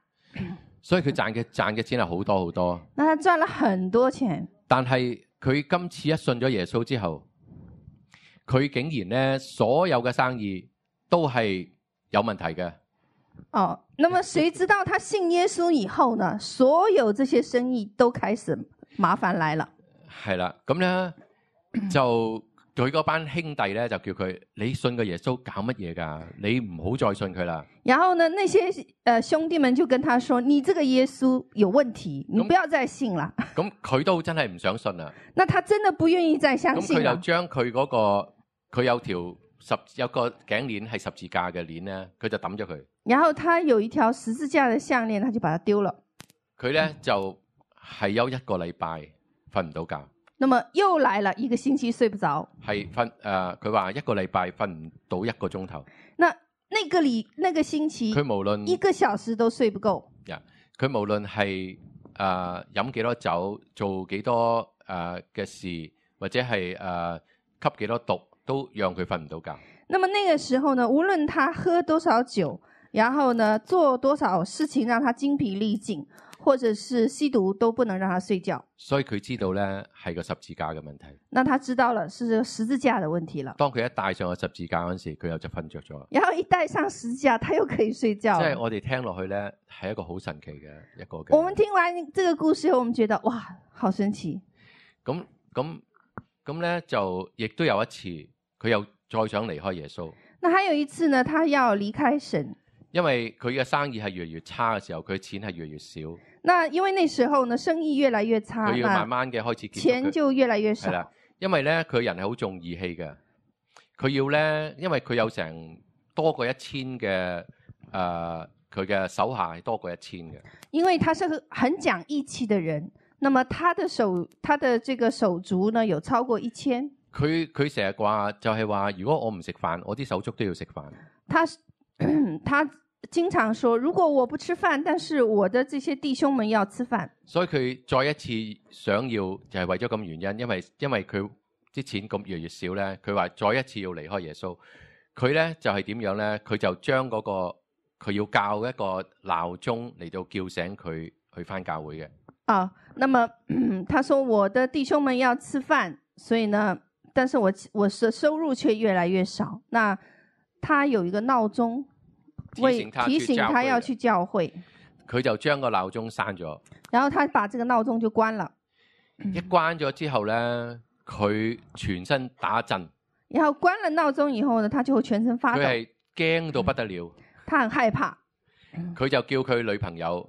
Speaker 1: 所以佢賺嘅賺嘅錢係好多好多。
Speaker 2: 那他賺了很多錢，
Speaker 1: 但係佢今次一信咗耶穌之後，佢竟然咧所有嘅生意都係有問題嘅。
Speaker 2: 哦，那么谁知道他信耶稣以后呢？所有这些生意都开始麻烦来了。
Speaker 1: 係啦，咁咧就佢嗰班兄弟咧就叫佢：你信個耶穌搞乜嘢㗎？你唔好再信佢啦。
Speaker 2: 然后呢，那些呃兄弟们就跟他说：“你这个耶稣有问题，你不要再信了。
Speaker 1: 咁佢都真係唔想信啦。”
Speaker 2: 那他真的不愿意再相
Speaker 1: 咁
Speaker 2: 信
Speaker 1: 佢就
Speaker 2: 了。
Speaker 1: 將佢嗰個佢有條十有個頸鏈係十字架嘅鏈咧，佢就抌咗佢。
Speaker 2: 然后他有一条十字架的项链，他就把它丢了。
Speaker 1: 佢咧就係休一個禮拜瞓唔到覺。
Speaker 2: 那么又来了一个星期睡不着，
Speaker 1: 係瞓诶，呃佢話一個禮拜瞓唔到一個鐘頭。
Speaker 2: 那那个礼那个星期
Speaker 1: 佢無論
Speaker 2: 一个小时都睡不够，
Speaker 1: 佢無論係诶呃饮几多酒，做幾多诶嘅事，或者係诶吸幾多毒，都讓佢瞓唔到覺。
Speaker 2: 那么那个时候呢，无论他喝多少酒，然后呢做多少事情让他精疲力尽，或者是吸毒，都不能让他睡觉。
Speaker 1: 所以佢知道咧係個十字架嘅問題。
Speaker 2: 那他知道了是十字架的问题了，
Speaker 1: 當佢一戴上個十字架嗰阵时，佢又就瞓着咗。
Speaker 2: 然后一戴上十字架，他又可以睡觉
Speaker 1: 即
Speaker 2: 了
Speaker 1: 係我哋聽落去咧，係一個好神奇嘅一個
Speaker 2: 我们
Speaker 1: 嘅。
Speaker 2: 听完这个故事后，我们觉得哇，好神奇。
Speaker 1: 咁咁咁咧，就亦都有一次，佢又再想離開耶穌。
Speaker 2: 那还有一次呢，他要离开神，
Speaker 1: 因為佢嘅生意係越嚟越差嘅時候，佢錢係越嚟越少，
Speaker 2: 那因为那时候呢，生意越来越差，
Speaker 1: 佢要慢
Speaker 2: 那
Speaker 1: 慢嘅開始結束
Speaker 2: 钱
Speaker 1: 佢。
Speaker 2: 啊就越来越
Speaker 1: 係
Speaker 2: 少。
Speaker 1: 啦，因為咧佢人係好重義氣嘅，佢要咧，因為佢有成多過一千嘅诶，呃佢、嘅手下係多過一千嘅。
Speaker 2: 因为他是个很讲义气的人，那么他的手，他的这个手足呢，有超过一千。
Speaker 1: 佢佢成日話就係話，如果我唔食飯，我啲手足都要食飯。
Speaker 2: 他他经常说，如果我不吃饭，但是我的这些弟兄们要吃饭。
Speaker 1: 所以佢再一次想要就係為咗咁原因，因為因為佢啲錢咁越嚟越少咧，佢話再一次要離開耶穌。佢咧就係點樣咧？佢就將嗰、個佢要教一個鬧鐘嚟到叫醒佢去翻教會嘅。
Speaker 2: 啊，那么 他说我的弟兄们要吃饭，所以呢，但是我我的收入却越来越少。那他有一个闹钟，
Speaker 1: 提
Speaker 2: 为
Speaker 1: 醒他
Speaker 2: 提
Speaker 1: 去
Speaker 2: 醒
Speaker 1: 教
Speaker 2: 他
Speaker 1: 会
Speaker 2: 要
Speaker 1: 的
Speaker 2: 去教会，
Speaker 1: 佢就將個鬧鐘閂咗，
Speaker 2: 然后他把这个闹钟就关了，
Speaker 1: 一關咗之後咧，佢全身打震，
Speaker 2: 然后关了闹鐘以後呢，他就會全身發
Speaker 1: 佢
Speaker 2: 抖，
Speaker 1: 係驚到不得了，
Speaker 2: 他很害怕，
Speaker 1: 佢就叫佢女朋友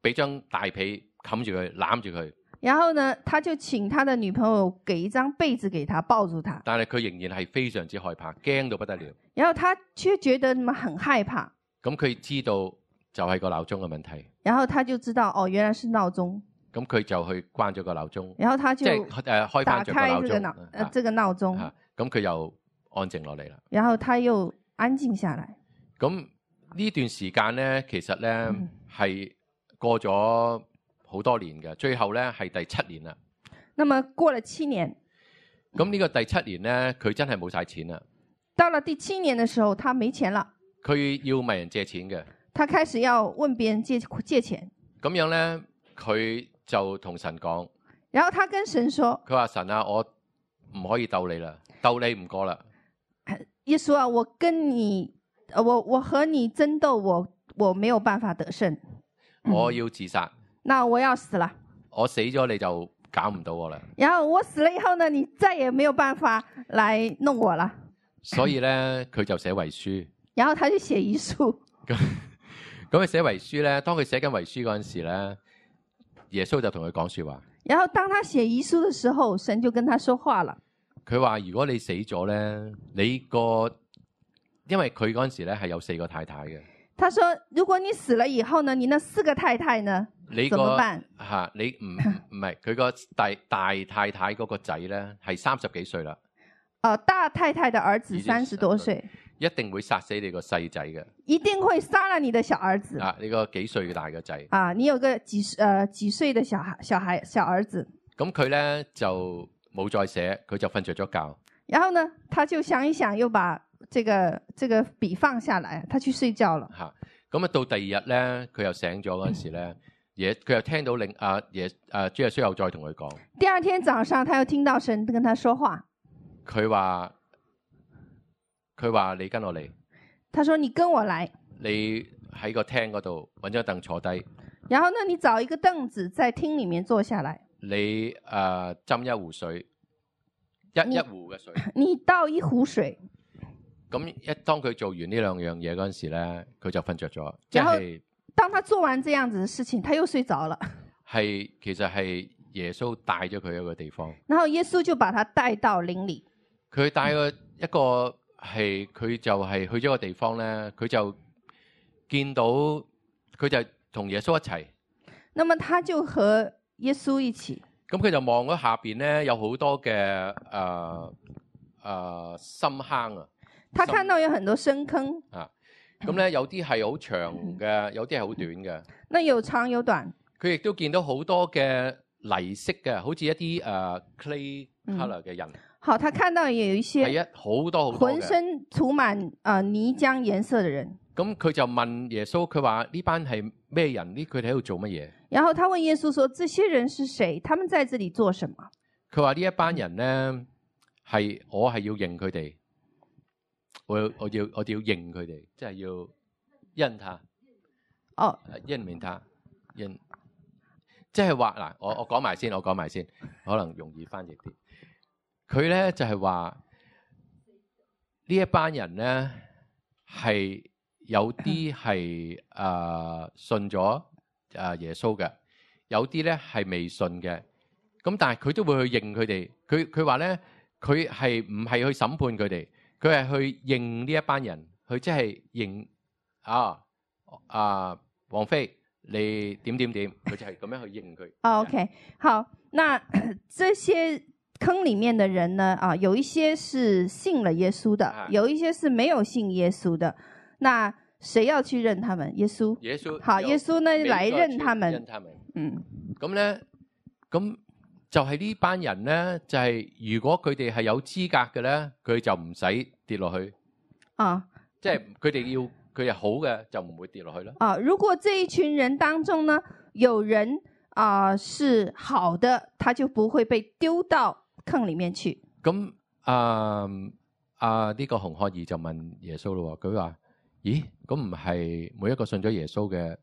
Speaker 1: 俾張大被冚住佢，攬住佢，
Speaker 2: 然後呢，他就請他的女朋友給一張被子給他抱住他，
Speaker 1: 但係佢仍然係非常之害怕，驚到不得了。
Speaker 2: 然後他卻覺得么很害怕，
Speaker 1: 咁佢知道就係個鬧鐘嘅問題，
Speaker 2: 然後他就知道哦，原來是鬧鐘，
Speaker 1: 咁佢就去關咗個鬧鐘，
Speaker 2: 然後他
Speaker 1: 即
Speaker 2: 就
Speaker 1: 係誒開翻
Speaker 2: 打
Speaker 1: 咗個
Speaker 2: 開
Speaker 1: 鬧
Speaker 2: 這個鬧
Speaker 1: 鐘
Speaker 2: 呃
Speaker 1: 啊
Speaker 2: 這個鬧鐘，
Speaker 1: 啊，咁佢又安靜落嚟啦。
Speaker 2: 然後他又安靜下來。
Speaker 1: 咁呢段時間呢，其實呢
Speaker 2: 嗯
Speaker 1: 係過咗好多年嘅，最後呢係第七年啦。
Speaker 2: 那麼過了七年，
Speaker 1: 咁呢個第七年呢，佢真係冇晒錢啦，
Speaker 2: 到了第七年的時候，他沒錢了，
Speaker 1: 佢要問人借錢嘅。
Speaker 2: 他開始要問別人借借錢，
Speaker 1: 咁樣呢，佢就同神講：
Speaker 2: 然後他跟神說
Speaker 1: 佢話神啊，我唔可以鬥你啦，鬥你唔過啦。：“
Speaker 2: 耶穌啊，我跟你，呃我我和你爭鬥，我我沒有辦法得勝，嗯
Speaker 1: 我要自殺，
Speaker 2: 那我要死了。
Speaker 1: 我死咗你就搞唔到我啦。
Speaker 2: 然後我死了以後呢，你再也沒有辦法來弄我了。”
Speaker 1: 所以呢，佢就寫遺書。
Speaker 2: 然後他就寫遺書。
Speaker 1: 咁佢寫遺書呢，當佢寫緊遺書嗰陣時呢，耶穌就同佢講説話。
Speaker 2: 然後當他寫遺書的時候，神就跟他說話了。
Speaker 1: 佢話：如果你死咗咧，你個因為佢嗰陣時咧係有四個太太嘅，
Speaker 2: 他說：“如果你死了以後呢，你那四個太太呢，
Speaker 1: 你
Speaker 2: 怎麼
Speaker 1: 個
Speaker 2: 辦
Speaker 1: 嚇、你唔唔係佢個大大太太嗰個仔咧係三十幾歲啦，？”
Speaker 2: 呃，大太太的兒子
Speaker 1: 已經
Speaker 2: 三十多歲，
Speaker 1: 一定會殺死你個細仔嘅
Speaker 2: 一定會殺了你的小兒子。
Speaker 1: 啊！你個幾歲大嘅仔，
Speaker 2: 啊，你有個幾十呃幾歲的小孩小孩小兒子，
Speaker 1: 咁佢咧就冇再寫，佢就瞓着咗覺。
Speaker 2: 然後呢，他就想一想，又把這個這個筆放下來，他去睡覺了。
Speaker 1: 吓，咁啊到第二日咧，佢又醒咗嗰陣時
Speaker 2: 嗯
Speaker 1: 咧，耶佢又聽到另啊耶啊主耶穌又再同佢講，
Speaker 2: 第二天早上，他又聽到神跟他說話，
Speaker 1: 佢話佢話你跟我嚟。
Speaker 2: 他說：“你跟我來。
Speaker 1: 你喺個廳嗰度揾張凳坐低，”
Speaker 2: 然後呢，你找一個凳子在廳裡面坐下來，
Speaker 1: 你誒、呃、斟一壺水，一
Speaker 2: 嗯
Speaker 1: 一壺嘅水。
Speaker 2: 你倒一壺水，
Speaker 1: 咁一當佢做完呢兩樣嘢嗰陣時咧，佢就瞓着咗，即
Speaker 2: 然後
Speaker 1: 係
Speaker 2: 當他做完這樣子的事情，他又睡着了。
Speaker 1: 係其實係耶穌帶咗佢一個地方，
Speaker 2: 然後耶穌就把他帶到林裡，
Speaker 1: 佢帶個一個係佢就係去咗個地方咧，佢就見到佢就同耶穌一齊，
Speaker 2: 那麼他就和耶穌一起，
Speaker 1: 咁佢就望咗下邊咧有好多嘅誒誒深坑啊。
Speaker 2: 他
Speaker 1: 什麼
Speaker 2: 看到有很多深坑，
Speaker 1: 咁咧有啲係好長嘅，有啲係好短嘅。
Speaker 2: 那有長有短，
Speaker 1: 佢亦都見到好多嘅泥色嘅，好似一啲誒、呃 clay
Speaker 2: 嗯
Speaker 1: colour 嘅人，
Speaker 2: 好，他看到也有一
Speaker 1: 係、
Speaker 2: 些
Speaker 1: 一哎好多好多
Speaker 2: 渾
Speaker 1: 嘅。
Speaker 2: 身涂滿呃泥漿顏色的人。
Speaker 1: 咁佢就問耶穌，佢話呢班係咩人？呢佢哋喺度做乜嘢？
Speaker 2: 然後他問耶穌說：“這些人是誰？他們在這裡做什麼
Speaker 1: 佢話呢一班人咧係我係要認佢哋，我要我要我哋要認佢哋，即係要恩他。？”
Speaker 2: 哦，
Speaker 1: 一面他人，即係話嗱，我我講埋先，我講埋先，可能容易翻譯啲。佢咧就係話呢一班人咧係有啲係誒信咗誒耶穌嘅，有啲咧係未信嘅。咁但係佢都會去認佢哋。 佢佢話咧，佢係唔係去審判佢哋？佢係去認呢一班人，佢即係認啊啊王菲，你點點點，佢就係咁樣去認佢。
Speaker 2: 哦，OK，好，那 這些坑裡面的人呢？啊，有一些是信了耶穌的
Speaker 1: 啊，
Speaker 2: 有一些是沒有信耶穌的。那誰要去認他們？耶穌。
Speaker 1: 耶穌
Speaker 2: 好，
Speaker 1: 有
Speaker 2: 耶穌呢
Speaker 1: 美
Speaker 2: 來
Speaker 1: 國
Speaker 2: 認
Speaker 1: 去
Speaker 2: 他
Speaker 1: 認
Speaker 2: 們。
Speaker 1: 他們
Speaker 2: 嗯，
Speaker 1: 咁咧，咁就係呢班人呢，就係、如果佢哋係有資格嘅呢，佢就唔使跌落去，
Speaker 2: 啊
Speaker 1: 即係佢哋要佢係好嘅就唔會跌落去啦。
Speaker 2: 啊！如果这一群人当中呢，有人啊、是好的，他就不会被丢到坑里面去。
Speaker 1: 咁啊啊呢個紅學兒就問耶穌咯喎，佢話：咦，咁唔係每一個信咗耶穌嘅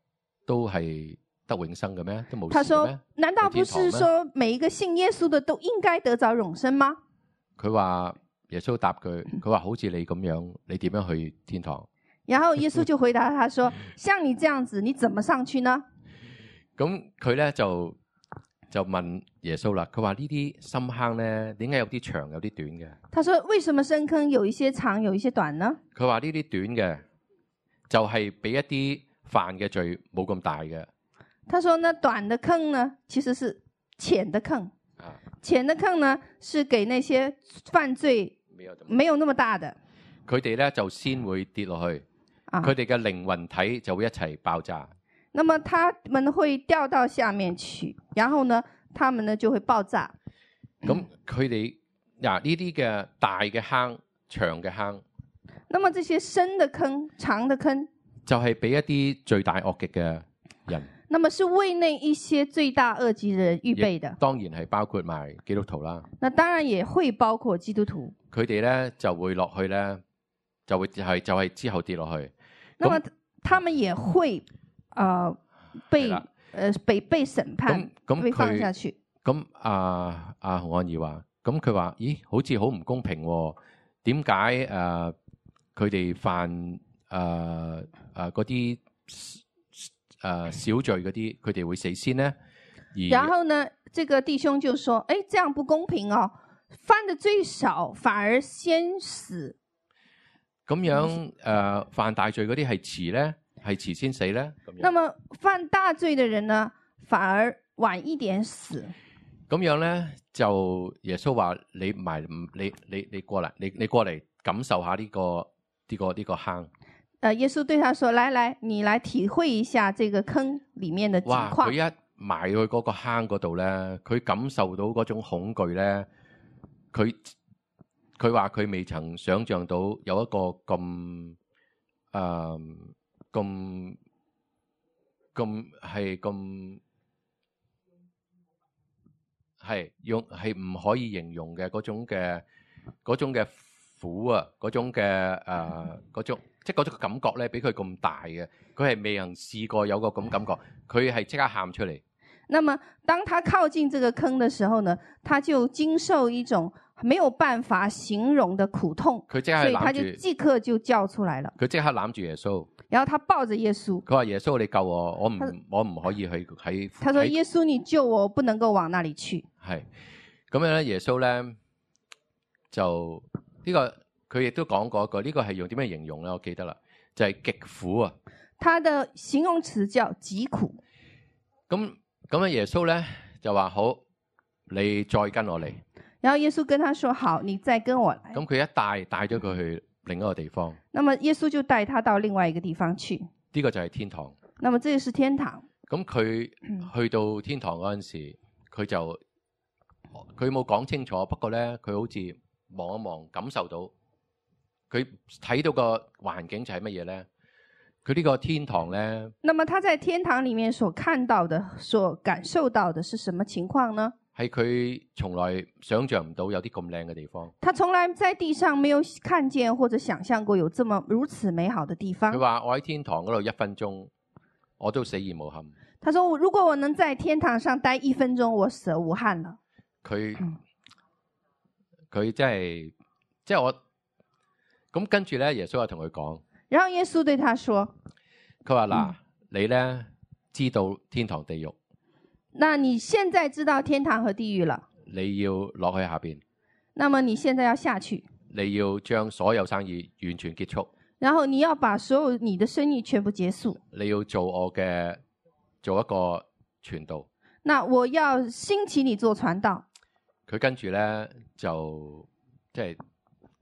Speaker 1: 都係得永生嘅咩？都冇
Speaker 2: 他
Speaker 1: 事嘅咩
Speaker 2: 说：“难道不是说每一个信耶稣的都应该得着永生吗
Speaker 1: 佢話耶穌答佢，佢話好似你咁樣，你點樣去天堂？？”
Speaker 2: 然后耶稣就回答他说：“ 像你这样子，你怎么上去呢
Speaker 1: 咁佢咧就就問耶穌啦，佢話呢啲深坑咧，點解有啲長有啲短嘅？？”
Speaker 2: 他说：“为什么深坑有一些长，有一些短呢？
Speaker 1: 佢話呢啲短嘅就係、俾一啲犯嘅罪冇咁大嘅
Speaker 2: 他说呢，短的坑呢，其实是浅的坑，
Speaker 1: 啊，
Speaker 2: 浅的坑呢是给那些犯罪
Speaker 1: 未有咁
Speaker 2: 没有那么大的
Speaker 1: 佢哋咧就先會跌落去，
Speaker 2: 啊。
Speaker 1: 佢哋嘅靈魂體就會一齊爆炸。
Speaker 2: 那么他们会掉到下面去，然后呢，他们呢就会爆炸。
Speaker 1: 咁佢哋嗱呢啲嘅大嘅坑、長嘅坑，
Speaker 2: 那么这些深的坑、长的坑，
Speaker 1: 就係、俾一啲罪大惡極嘅人，
Speaker 2: 那么是为那一些罪大恶极的人
Speaker 1: Dạ,
Speaker 2: 预备的。
Speaker 1: 當然係包括埋基督徒啦。
Speaker 2: 那当然也会包括基督徒。
Speaker 1: 佢哋咧就會落去咧，就會係就係之後跌落去。
Speaker 2: 那么他们也会呃被
Speaker 1: 对了
Speaker 2: 呃被被审
Speaker 1: 咁
Speaker 2: 判，
Speaker 1: 咁
Speaker 2: 被放下
Speaker 1: 佢
Speaker 2: 去。
Speaker 1: 咁啊啊洪安儀話，咁佢話：咦，好似好唔公平喎、點解誒佢哋犯誒誒嗰啲誒小罪嗰啲，佢哋會死先呢？
Speaker 2: 然
Speaker 1: 而
Speaker 2: 后呢，这个弟兄就说：“哎，这样不公平哦，犯的最少反而先死，
Speaker 1: 咁樣誒、呃犯大罪嗰啲係遲呢？係遲先死呢？咁
Speaker 2: 那
Speaker 1: 樣
Speaker 2: 么犯大罪的人呢，反而晚一点死。
Speaker 1: 咁樣咧就耶穌話：你埋你你你過嚟，你你過嚟感受下呢、個呢、個呢、個坑。”
Speaker 2: 呃，耶稣对他说：“来来，你来体会一下这个坑里面的情
Speaker 1: 哇！
Speaker 2: 况
Speaker 1: 佢。一埋去嗰個坑嗰度咧，佢感受到嗰種恐懼咧，佢佢話佢未曾想像到有一個咁誒咁咁係咁係用係唔可以形容嘅嗰種嘅嗰種嘅苦啊，嗰種嘅誒嗰種即係嗰種感覺咧，俾佢咁大嘅。佢係未能試過有個咁感覺，佢係即刻喊出嚟。
Speaker 2: 那么当他靠近这个坑的时候呢，他就经受一种没有办法形容的苦痛，
Speaker 1: 佢即刻
Speaker 2: 所以他
Speaker 1: 攬
Speaker 2: 就
Speaker 1: 住，
Speaker 2: 即刻就叫出来了。
Speaker 1: 佢即刻攬住耶穌。
Speaker 2: 然后他抱着耶稣，
Speaker 1: 佢話：耶穌，你救我，我唔
Speaker 2: 他
Speaker 1: 我唔可 以去喺
Speaker 2: 他说：‘
Speaker 1: 喺
Speaker 2: 耶稣，你救我，我不能够往那里去。’
Speaker 1: 係咁樣咧。耶穌咧就呢、個佢亦都講過一個，呢、個係用點樣形容咧？我記得啦，就係、極苦啊。
Speaker 2: 他的形容词叫疾苦。
Speaker 1: 咁咁啊，耶穌咧就話：好，你再跟我嚟。
Speaker 2: 然后耶稣跟他说：“好，你再跟我来。
Speaker 1: 咁佢一帶帶咗佢去另一個地方，呢、”
Speaker 2: 那么耶稣就带他到另外一个地方去。
Speaker 1: 個就係天堂。
Speaker 2: 那么这个是天堂。
Speaker 1: 咁佢去到天堂嗰陣時，佢就佢冇講清楚，不過咧佢好似望一望，感受到佢睇到個環境就係乜嘢咧？佢呢個天堂咧
Speaker 2: 那么他在天堂里面所看到的、所感受到的是什么情况呢？
Speaker 1: 係佢從來想像唔到有啲咁靚嘅地方。
Speaker 2: 他从来在地上没有看见或者想象过有这么如此美好的地
Speaker 1: 佢
Speaker 2: 方。
Speaker 1: 話：我喺天堂嗰度一分鐘，我都死而無憾。
Speaker 2: 他说我：“如果我能在天堂上待一分钟，我死而无憾了。
Speaker 1: 佢
Speaker 2: 嗯
Speaker 1: 佢真係即係我咁跟住咧，耶穌就同佢講。”
Speaker 2: 然后耶稣对他说
Speaker 1: 佢話：嗱，你咧知道天堂地獄，：“
Speaker 2: 那你现在知道天堂和地狱了，
Speaker 1: 你要落去下邊，
Speaker 2: 那么你现在要下去，
Speaker 1: 你要將所有生意完全結束，
Speaker 2: 然后你要把所有你的生意全部结束。
Speaker 1: 你要做我嘅做一個傳道。
Speaker 2: 那我要兴起你做传道。
Speaker 1: 佢跟住咧就即係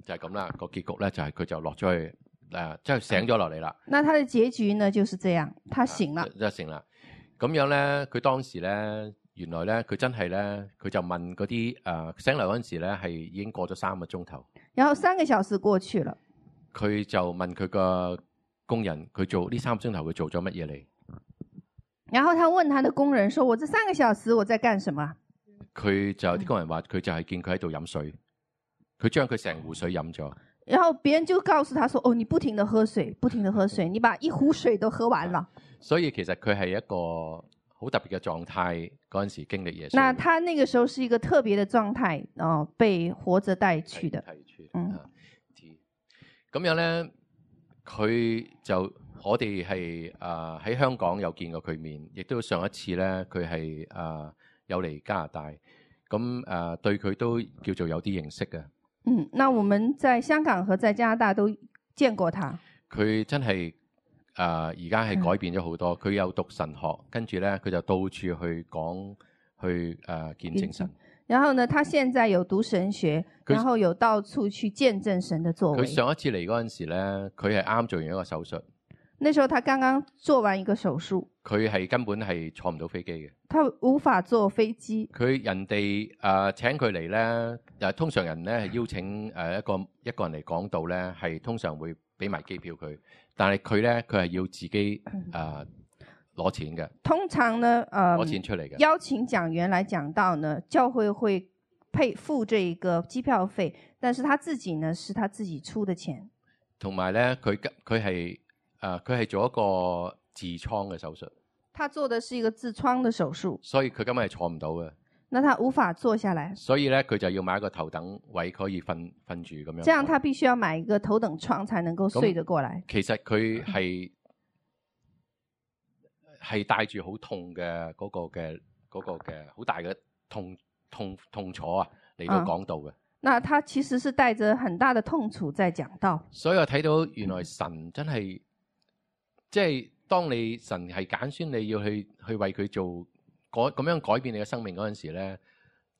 Speaker 1: 就係咁啦，個結局咧就係佢就落咗去誒，呃即係醒咗落嚟啦，
Speaker 2: 那他的结局呢就是这样，他
Speaker 1: 啊
Speaker 2: 醒了。
Speaker 1: 就就醒啦。咁樣咧，佢當時咧原來咧佢真係咧，佢就問嗰啲诶醒嚟嗰阵时咧係已經過咗三個鐘頭，
Speaker 2: 然后三个小时过去了，
Speaker 1: 佢就問佢個工人，佢做呢三個鐘頭佢做咗乜嘢嚟？
Speaker 2: 然后他问他的工人说：“我这三个小时我在干什么啊？”
Speaker 1: 佢就
Speaker 2: 嗯
Speaker 1: 啲工人話佢就係見佢喺度飲水，佢將佢成壺水飲咗。
Speaker 2: 然后别人就告诉他说：“哦，你不停的喝水，不停的喝水，你把一壶水都喝完了。
Speaker 1: 所以其實佢係一個好特別嘅狀態。嗰陣時經歷耶”穌，
Speaker 2: 那他那个时候是一个特别的状态，哦，被活着带去的。
Speaker 1: 提出
Speaker 2: 嗯
Speaker 1: 啊啲咁樣咧，佢就我哋係啊喺香港有見過佢面，亦都上一次咧佢係啊有嚟加拿大，咁啊對佢都叫做有啲認識嘅。
Speaker 2: 嗯，那我们在香港和在加拿大都见过他，
Speaker 1: 佢真係啊而家係改變咗好多，佢、有讀神學，跟住咧佢就到處去講去啊見證神。
Speaker 2: 然后呢，他现在有读神学，
Speaker 1: 可是
Speaker 2: 然后有到处去见证神的作
Speaker 1: 佢
Speaker 2: 为。
Speaker 1: 上一次嚟嗰陣時咧，佢係啱做完一個手術，
Speaker 2: 那时候他剛剛做完一个手术，
Speaker 1: 佢係根本係坐唔到飛機嘅。
Speaker 2: 他无法坐飞机。
Speaker 1: 佢人哋誒、呃、請佢嚟咧，誒、通常人咧係邀請誒、呃一個一個人嚟講道咧，係通常會俾埋機票佢，但係佢咧佢係要自己誒攞、錢嘅，
Speaker 2: 通常呢，呃
Speaker 1: 攞，錢出嚟嘅。
Speaker 2: 邀請講員来講道呢，教会会配付这一个机票费，但是他自己呢是他自己出的钱，
Speaker 1: 同埋咧，佢佢係誒佢係做一個痔瘡嘅手術，
Speaker 2: 他做的是一个痔瘡的手术，
Speaker 1: 所以佢根本係坐唔到嘅，
Speaker 2: 那他无法坐下来，
Speaker 1: 所以咧佢就要買一個頭等位，佢可以瞓瞓住咁樣。
Speaker 2: 这样他必须要买一个头等床才能够睡得过来。
Speaker 1: 其實佢係係帶住好痛嘅嗰、個嘅嗰、個嘅好大嘅痛痛痛楚啊嚟到
Speaker 2: 嗯
Speaker 1: 講道嘅，
Speaker 2: 那他其实是带着很大的痛楚在講道，
Speaker 1: 所以我睇到原來神真係即係當你神係揀選你要去去為佢做改咁樣改變你嘅生命嗰陣時咧。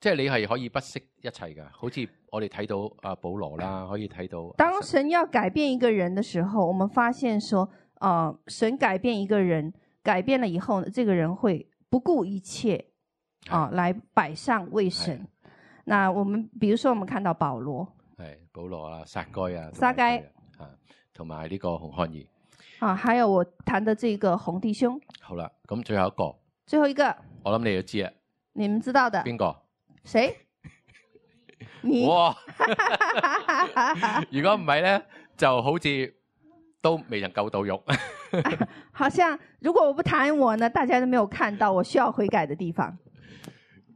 Speaker 1: 即係你係可以不惜一切㗎，好似我哋睇到阿保羅啦，可以睇到啊
Speaker 2: 嗯当神要改变一个人的时候，我们发现说，呃，神改变一个人，改变了以后呢，这个人会不顾一切啊、来摆上为神。那我们比如说，我们看到保罗
Speaker 1: 係保羅啊、撒該啊、
Speaker 2: 撒該
Speaker 1: 啊，同埋呢個洪漢兒。
Speaker 2: 啊，还有我谈的这个红弟兄，
Speaker 1: 好啦，咁最後一個，
Speaker 2: 最后一个
Speaker 1: 我諗你就知啦，啊
Speaker 2: 你们知道的
Speaker 1: 邊個？
Speaker 2: 谁？你
Speaker 1: 哇！如果唔係咧，就好似都未能夠到肉。
Speaker 2: 好像如果我不谈我呢，大家都没有看到我需要悔改的地方。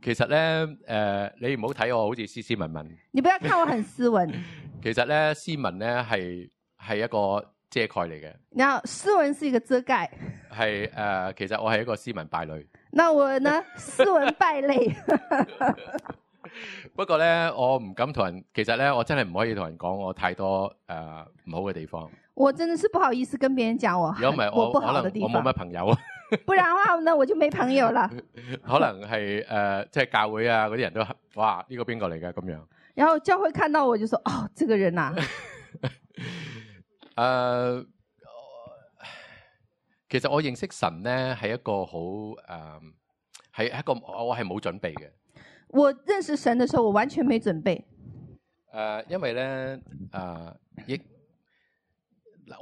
Speaker 1: 其實咧，诶、你唔好睇我好似斯斯文文，
Speaker 2: 你不要看我很斯文，
Speaker 1: 其實咧斯文咧係系一個遮蓋嚟嘅，
Speaker 2: 然后斯文是一个遮盖。
Speaker 1: 係诶、呃其實我係一個斯文敗類。
Speaker 2: 那我呢，斯文败类。
Speaker 1: 不過咧，我唔敢同人，其實咧，我真係唔可以同人講我太多诶唔、好嘅地方，
Speaker 2: 我真的是不好意思跟别人讲我
Speaker 1: 如果唔係我
Speaker 2: 不
Speaker 1: 可能
Speaker 2: 好的地
Speaker 1: 我冇乜，
Speaker 2: 方
Speaker 1: 朋友，
Speaker 2: 不然的话呢我就没朋友了。
Speaker 1: 可能係诶、呃即係教會啊嗰啲人都哇呢、個邊個嚟㗎咁 樣。
Speaker 2: 然后教会看到我就说：“哦，这个人呐、
Speaker 1: 诶、其實我認識神咧係一個好诶，係、一個我係冇準備嘅。
Speaker 2: 我认识神的时候，我完全没准备。
Speaker 1: 诶、呃因為咧诶，亦、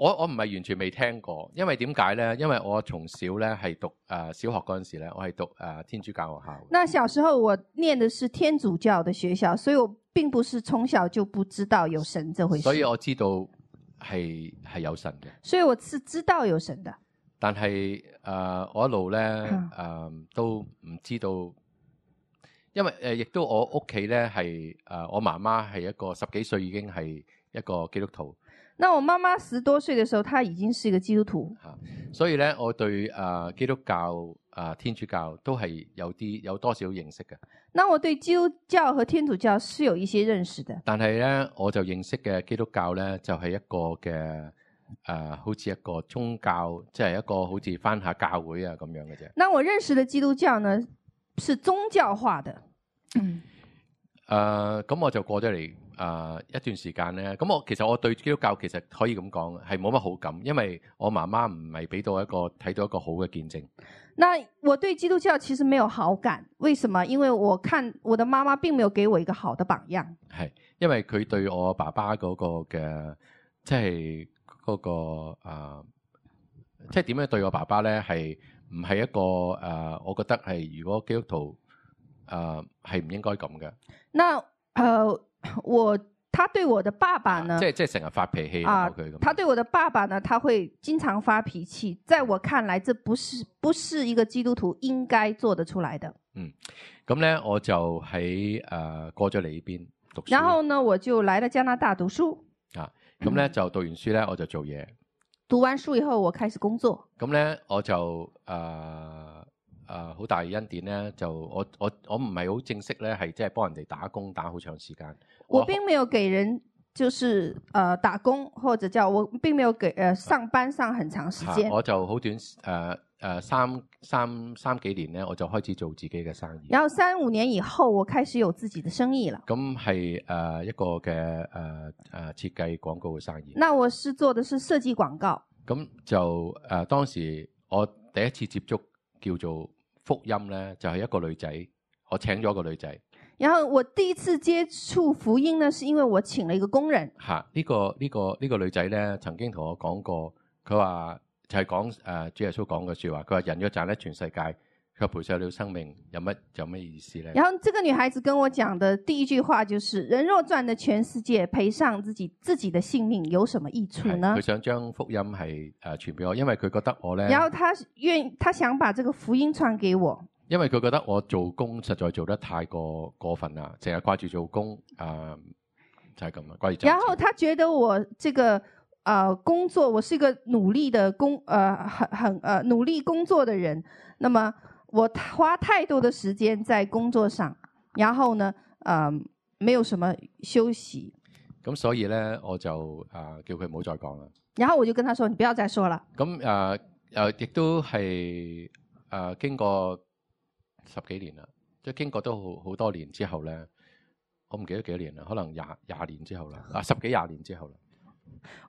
Speaker 1: 我我唔係完全未聽過，因為點解咧？因為我從小咧係讀诶、呃小學嗰阵时咧，我係讀诶、呃天主教學校嘅。
Speaker 2: 那小时候我念的是天主教的学校，所以我并不是从小就不知道有神这回事。
Speaker 1: 所以哦我知道係系有神嘅，
Speaker 2: 所以我是知道有神的，
Speaker 1: 但係诶、呃我一路咧
Speaker 2: 嗯
Speaker 1: 诶都唔知道，因為呃诶亦、都我屋企咧係诶我媽媽係一個十幾歲已經係一個基督徒，
Speaker 2: 那我妈妈十多岁的时候，她已经是一个基督徒，
Speaker 1: 所以咧我對诶、呃基督教诶、呃天主教都係有啲有多少認識嘅，
Speaker 2: 那我对基督教和天主教是有一些认识的。
Speaker 1: 但係咧我就認識嘅基督教咧就係一個嘅诶、呃好似一個宗教，即、係一個好似翻下教會啊咁樣嘅啫。
Speaker 2: 那我认识的基督教呢，是宗教化的。嗯
Speaker 1: 啊誒咁、我就過咗嚟啊一段時間咧，咁我其實我對基督教其實可以咁講，係冇乜好感，因為我媽媽唔係俾到一個睇到一個好嘅見證。
Speaker 2: 那我对基督教其实没有好感，为什么？因为我看我的妈妈并没有给我一个好的榜样。
Speaker 1: 係，因為佢對我爸爸嗰個嘅，即係嗰、個啊，即係點樣對我爸爸咧，係唔係一個誒、啊我覺得係如果基督徒誒係唔應該咁嘅，
Speaker 2: 那呃，我他对我的爸爸呢
Speaker 1: 即？係即係成日發脾氣
Speaker 2: 啊
Speaker 1: 鬧佢咁。
Speaker 2: 他對我的爸爸呢，他会经常发脾气。在我看来，这不是不是一个基督徒应该做得出来的。
Speaker 1: 咁咧，我就喺誒、啊過咗嚟呢邊讀書。
Speaker 2: 然后呢，我就来了加拿大讀書，
Speaker 1: 咁咧就讀完書咧，我就做嘢。
Speaker 2: 讀完書以後，我開始工作。
Speaker 1: 咁咧我就誒誒好大恩典咧，就我我我唔係好正式咧，係即係幫人哋打工打好長時間。
Speaker 2: 我並沒有給人就是呃打工或者叫我並沒有給呃上班上很長時
Speaker 1: 嚇
Speaker 2: 間。
Speaker 1: 啊我就好短誒誒、呃三三三幾年咧，我就開始做自己嘅生意。
Speaker 2: 然後三五年以後，我開始有自己的生意了。
Speaker 1: 咁係呃誒一個嘅呃誒誒設計廣告嘅生意。
Speaker 2: 那我是做的是設計廣告。
Speaker 1: 咁就誒、呃、當時我第一次接觸叫做福音咧，就係、一個女仔，我請咗一個女仔。
Speaker 2: 然後我第一次接觸福音呢，是因為我請了一個工人。
Speaker 1: 嚇！呢、個呢、個呢、個女仔咧，曾經同我講過，佢話就係講誒主耶穌講嘅説話，佢話人若賺咧全世界，卻賠上了生命，有乜有乜意思咧？
Speaker 2: 然后这个女孩子跟我讲的第一句话就是：“人若赚得全世界，赔上自己自己的性命，有什么益处
Speaker 1: 係
Speaker 2: 呢
Speaker 1: 佢想將福音係誒傳俾我，因為佢覺得我？”咧，
Speaker 2: 然后她愿她想把这个福音传给我，
Speaker 1: 因為佢覺得我做工實在做得太過過分啦，成日掛住做工誒、呃就係咁啦，掛住賺錢
Speaker 2: 然后她觉得我这个呃工作，我是一个努力的工呃很很呃努力工作的人，那么我花太多的时间在工作上，然后呢，呃，没有什么休息。
Speaker 1: 咁所以咧我就誒、呃叫佢唔好再講啦。
Speaker 2: 然后我就跟她说：“你不要再说了。”
Speaker 1: 咁誒誒，亦都係誒經過十幾年啦，即係經過都好好多年之後咧，我唔記得幾多年啦，可能廿廿年之後啦，啊十幾廿年之後啦。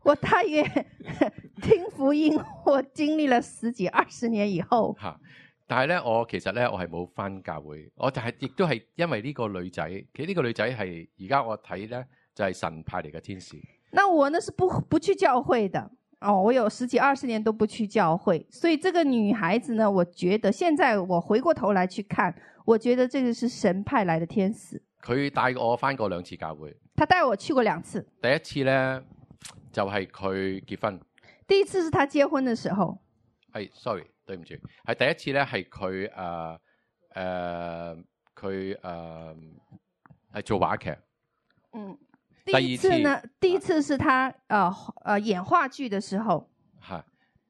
Speaker 2: 我大约 听福音，我经历了十几二十年以后，
Speaker 1: 嚇！但係咧，我其實咧，我係冇翻教會，我就係亦都係因為呢個女仔，其實呢個女仔係而家我睇咧就係、神派嚟嘅天使，
Speaker 2: 那我呢是不不去教会的哦，我有十几二十年都不去教会，所以这个女孩子呢，我觉得现在我回过头来去看，我觉得这个是神派来的天使，
Speaker 1: 佢帶我翻過兩次教會，
Speaker 2: 她带我去过两次，
Speaker 1: 第一次咧就係、佢結婚，
Speaker 2: 第一次是她结婚的时候，
Speaker 1: 係，sorry，對唔住，係第一次咧，係佢誒誒佢誒係做話劇，
Speaker 2: 嗯，第
Speaker 1: 第二
Speaker 2: 一次呢，第一次是她呃呃演话剧的时候，
Speaker 1: 嚇。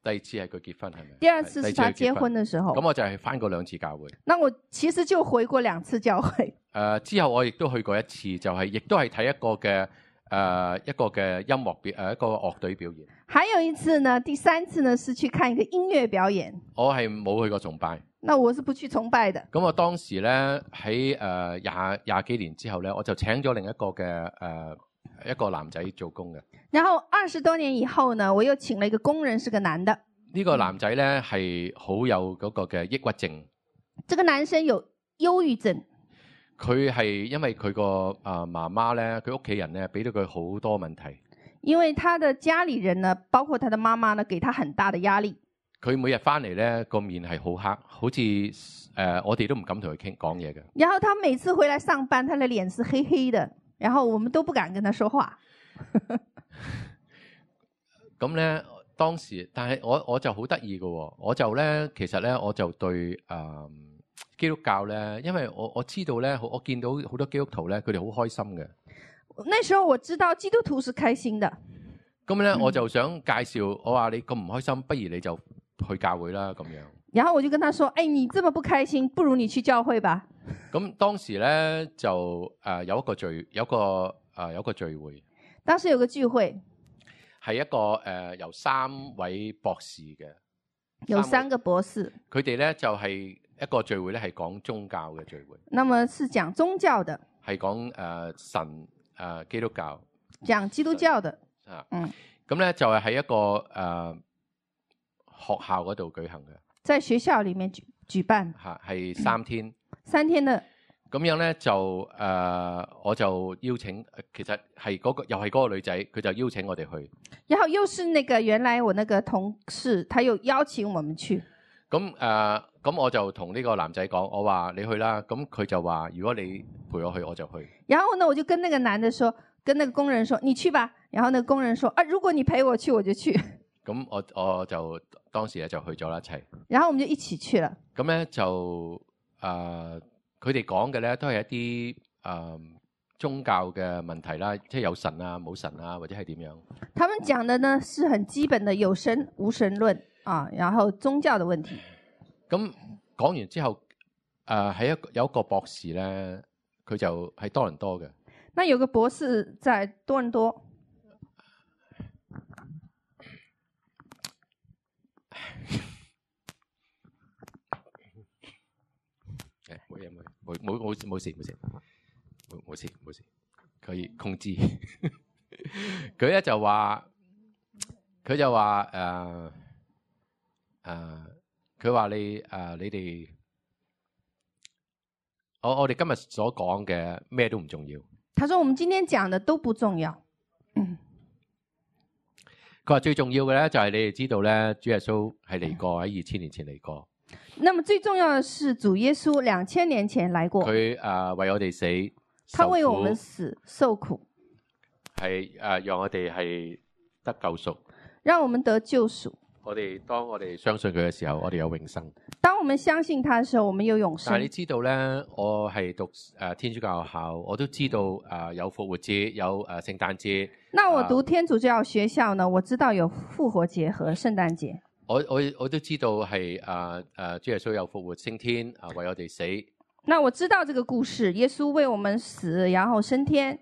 Speaker 1: 第二次係佢結婚係咪？
Speaker 2: 第二次
Speaker 1: 係
Speaker 2: 是
Speaker 1: 第
Speaker 2: 她
Speaker 1: 二次佢
Speaker 2: 结婚。的时候，
Speaker 1: 咁我就係翻過兩次教會，誒、
Speaker 2: 那我其实就回过两次教会。
Speaker 1: 呃之後我亦都去過一次，就係、亦都係睇一個嘅誒、呃一個嘅音樂表誒、呃一個樂隊表演。
Speaker 2: 还有一次呢，第三次呢是去看一个音乐表演。
Speaker 1: 我係冇去過崇拜，
Speaker 2: 那我是不去崇拜的。
Speaker 1: 咁我當時咧喺誒廿廿幾年之後咧，我就請咗另一個嘅誒、呃一個男仔做工嘅。
Speaker 2: 然后二十多年以后呢，我又请了一个工人，是个男的。
Speaker 1: 呢個男仔呢係好有嗰個嘅抑鬱症，
Speaker 2: 这个男生有忧郁症，
Speaker 1: 佢係因為佢個啊媽媽呢，佢屋企人呢俾到佢好多問題，
Speaker 2: 因为他的家里人呢，包括他的妈妈呢，给他很大的壓力。
Speaker 1: 佢每日翻嚟呢個面係好黑，好似誒、呃我哋都唔敢同佢傾講嘢嘅。
Speaker 2: 然后他每次回来上班，他的脸是黑黑的，然后我们都不敢跟他说话。
Speaker 1: 咁呢，當時，但係我我就好得意嘅喎，我就呢，其實呢，我就對誒、呃基督教呢，因為我我知道呢，好我見到好多基督徒呢，佢哋好開心嘅。
Speaker 2: 那时候我知道基督徒是开心的，
Speaker 1: 咁呢，我就想介紹，我話你咁唔開心，不如你就去教會啦咁樣。
Speaker 2: 然后我就跟他说：“哎，你这么不开心，不如你去教会吧。
Speaker 1: 咁當時咧就誒、呃有一個聚有一個誒、呃有一個聚會，”
Speaker 2: 当时有个聚会，
Speaker 1: 係一個誒、呃由三位博士嘅，
Speaker 2: 有
Speaker 1: 三
Speaker 2: 三
Speaker 1: 位
Speaker 2: 个博士，
Speaker 1: 佢哋咧就係、一個聚會咧係講宗教嘅聚會，
Speaker 2: 那么是讲宗教的。
Speaker 1: 呃係講誒神誒、啊基督教
Speaker 2: 讲基督教的，
Speaker 1: 啊，
Speaker 2: 嗯，
Speaker 1: 咁咧就係喺一個诶、呃學校嗰度舉行嘅
Speaker 2: 在学校里面举举办
Speaker 1: 吓，係三天。
Speaker 2: 三天的，
Speaker 1: 咁樣咧就誒、呃我就邀請，呃其實係嗰、個又係嗰個女仔，佢就邀請我哋去。
Speaker 2: 然后又是那个原来我那个同事，他又邀请我们去，
Speaker 1: 咁誒，呃咁、我就同呢個男仔講，我話你去啦。咁佢就話如果你陪我去，我就去。
Speaker 2: 然后呢，我就跟那个男的说，跟那个工人说，你去吧。然后那个工人说，啊，如果你陪我去，我就去。
Speaker 1: 咁我我就當時咧就去咗啦一齊。
Speaker 2: 然后我们就一起去了。
Speaker 1: 咁咧就誒，佢哋講嘅咧都係一啲誒、呃宗教嘅問題啦，即係有神啊、冇神啊，或者係點樣。
Speaker 2: 他们讲的呢是很基本的有神无神论啊，然后宗教的问题。
Speaker 1: 咁講完之後，誒、喺一個有一個博士咧，佢就喺多倫多嘅。
Speaker 2: 那有个博士在多伦多，
Speaker 1: 诶，冇嘢冇嘢冇冇冇冇事冇事冇冇事冇事，佢控制， 佢咧就話，佢就話诶诶，呃佢、話你诶、呃你哋，我我哋今日所講嘅咩都唔重要。
Speaker 2: 他说我们今天讲的都不重要，
Speaker 1: 佢話最重要嘅咧就係你哋知道咧，主耶穌係嚟過喺二千年前嚟過，
Speaker 2: 那么最重要的是主耶稣两千年前来过
Speaker 1: 佢，诶、呃、为我哋死，
Speaker 2: 他
Speaker 1: 受
Speaker 2: 为我
Speaker 1: 苦
Speaker 2: 们死受苦，
Speaker 1: 係诶、呃、让我哋係得救贖。
Speaker 2: 让我们得救赎。
Speaker 1: 我哋當我哋相信佢嘅時候，我哋有永生。
Speaker 2: 当我们相信他的时候，我们有永
Speaker 1: 但係你
Speaker 2: 生。
Speaker 1: 知道呢，我係讀诶、呃天主教學校，我都知道诶、呃有復活節，有诶、呃、聖誕節。
Speaker 2: 那我读天主教学校呢，我知道有复活节和圣诞节，
Speaker 1: 我我我都知道係诶诶主耶穌有復活升天啊、為我哋死。
Speaker 2: 那我知道这个故事，耶稣为我们死，然后升天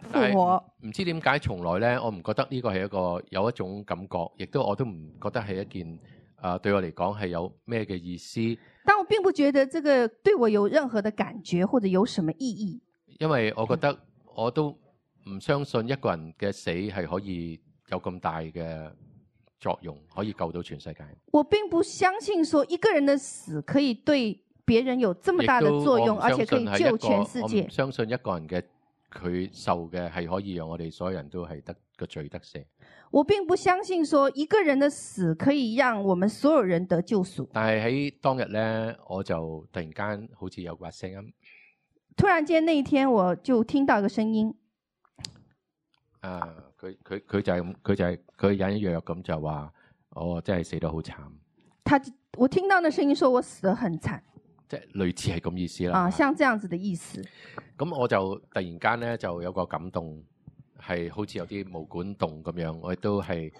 Speaker 2: 复
Speaker 1: 但
Speaker 2: 活
Speaker 1: 係。唔知點解從來呢，我唔覺得呢個係一個有一種感覺，亦都我都唔覺得係一件诶、呃、对我嚟講係有咩嘅意思，
Speaker 2: 但我并不觉得这个对我有任何的感觉或者有什么意义，
Speaker 1: 因為我覺得我都唔相信一個人嘅死係可以有咁大嘅作用，可以救到全世界。
Speaker 2: 我并不相信说一个人的死可以对别人有这么大的作用，而且可以救全世
Speaker 1: 我
Speaker 2: 界
Speaker 1: 唔。相信一個人嘅佢受嘅係可以讓我哋所有人都係得個罪得赦。
Speaker 2: 我并不相信说一个人的死可以让我们所有人得救赎。
Speaker 1: 但係喺當日咧，我就突然間好似有把聲音，
Speaker 2: 突然间那一天，我就听到一个声音，
Speaker 1: 啊，佢佢佢就係咁，佢就係佢隱隱約約咁就話：我真係死得好慘，
Speaker 2: 他我听到那声音说我死得很惨
Speaker 1: 即係類似係咁意思啦。
Speaker 2: 啊，像这样子的意思。
Speaker 1: 咁我就突然間咧就有個感動，係好似有啲毛管動咁樣，我亦都係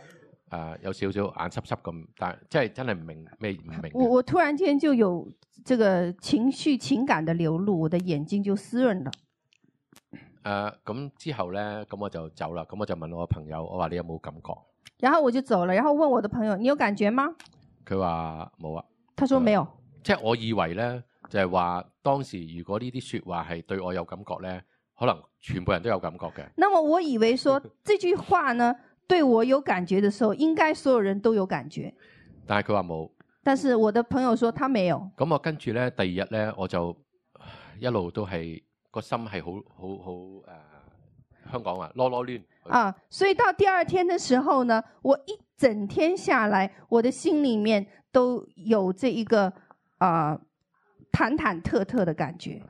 Speaker 1: 啊有少少眼濕濕咁，但係即係真係唔明咩唔明
Speaker 2: 我
Speaker 1: 嘅。
Speaker 2: 我突然间就有这个情绪情感的流露，我的眼睛就湿润了。
Speaker 1: 誒呃咁之後咧，咁我就走啦。咁我就問我朋友，我話你有冇感覺？
Speaker 2: 然后我就走了，然后问我的朋友：“你有感觉吗
Speaker 1: 佢話冇啊。？”
Speaker 2: 他说：“
Speaker 1: 嗯
Speaker 2: 没有。
Speaker 1: 即係我以為咧，就係話當時如果呢啲説話係對我有感覺咧，可能全部人都有感覺嘅。
Speaker 2: 那么我以为说这句话呢，对我有感觉的时候，应该所有人都有感觉。
Speaker 1: 但係佢話冇。
Speaker 2: 但是我的朋友说他没有。
Speaker 1: 咁我跟住咧，第二日咧，我就唉一路都係個心係好好好誒，香港話囉囉攣。
Speaker 2: 啊，所以到第二天的时候呢，我一整天下来，我的心里面都有这一个啊、呃忐忐忑忑的感觉。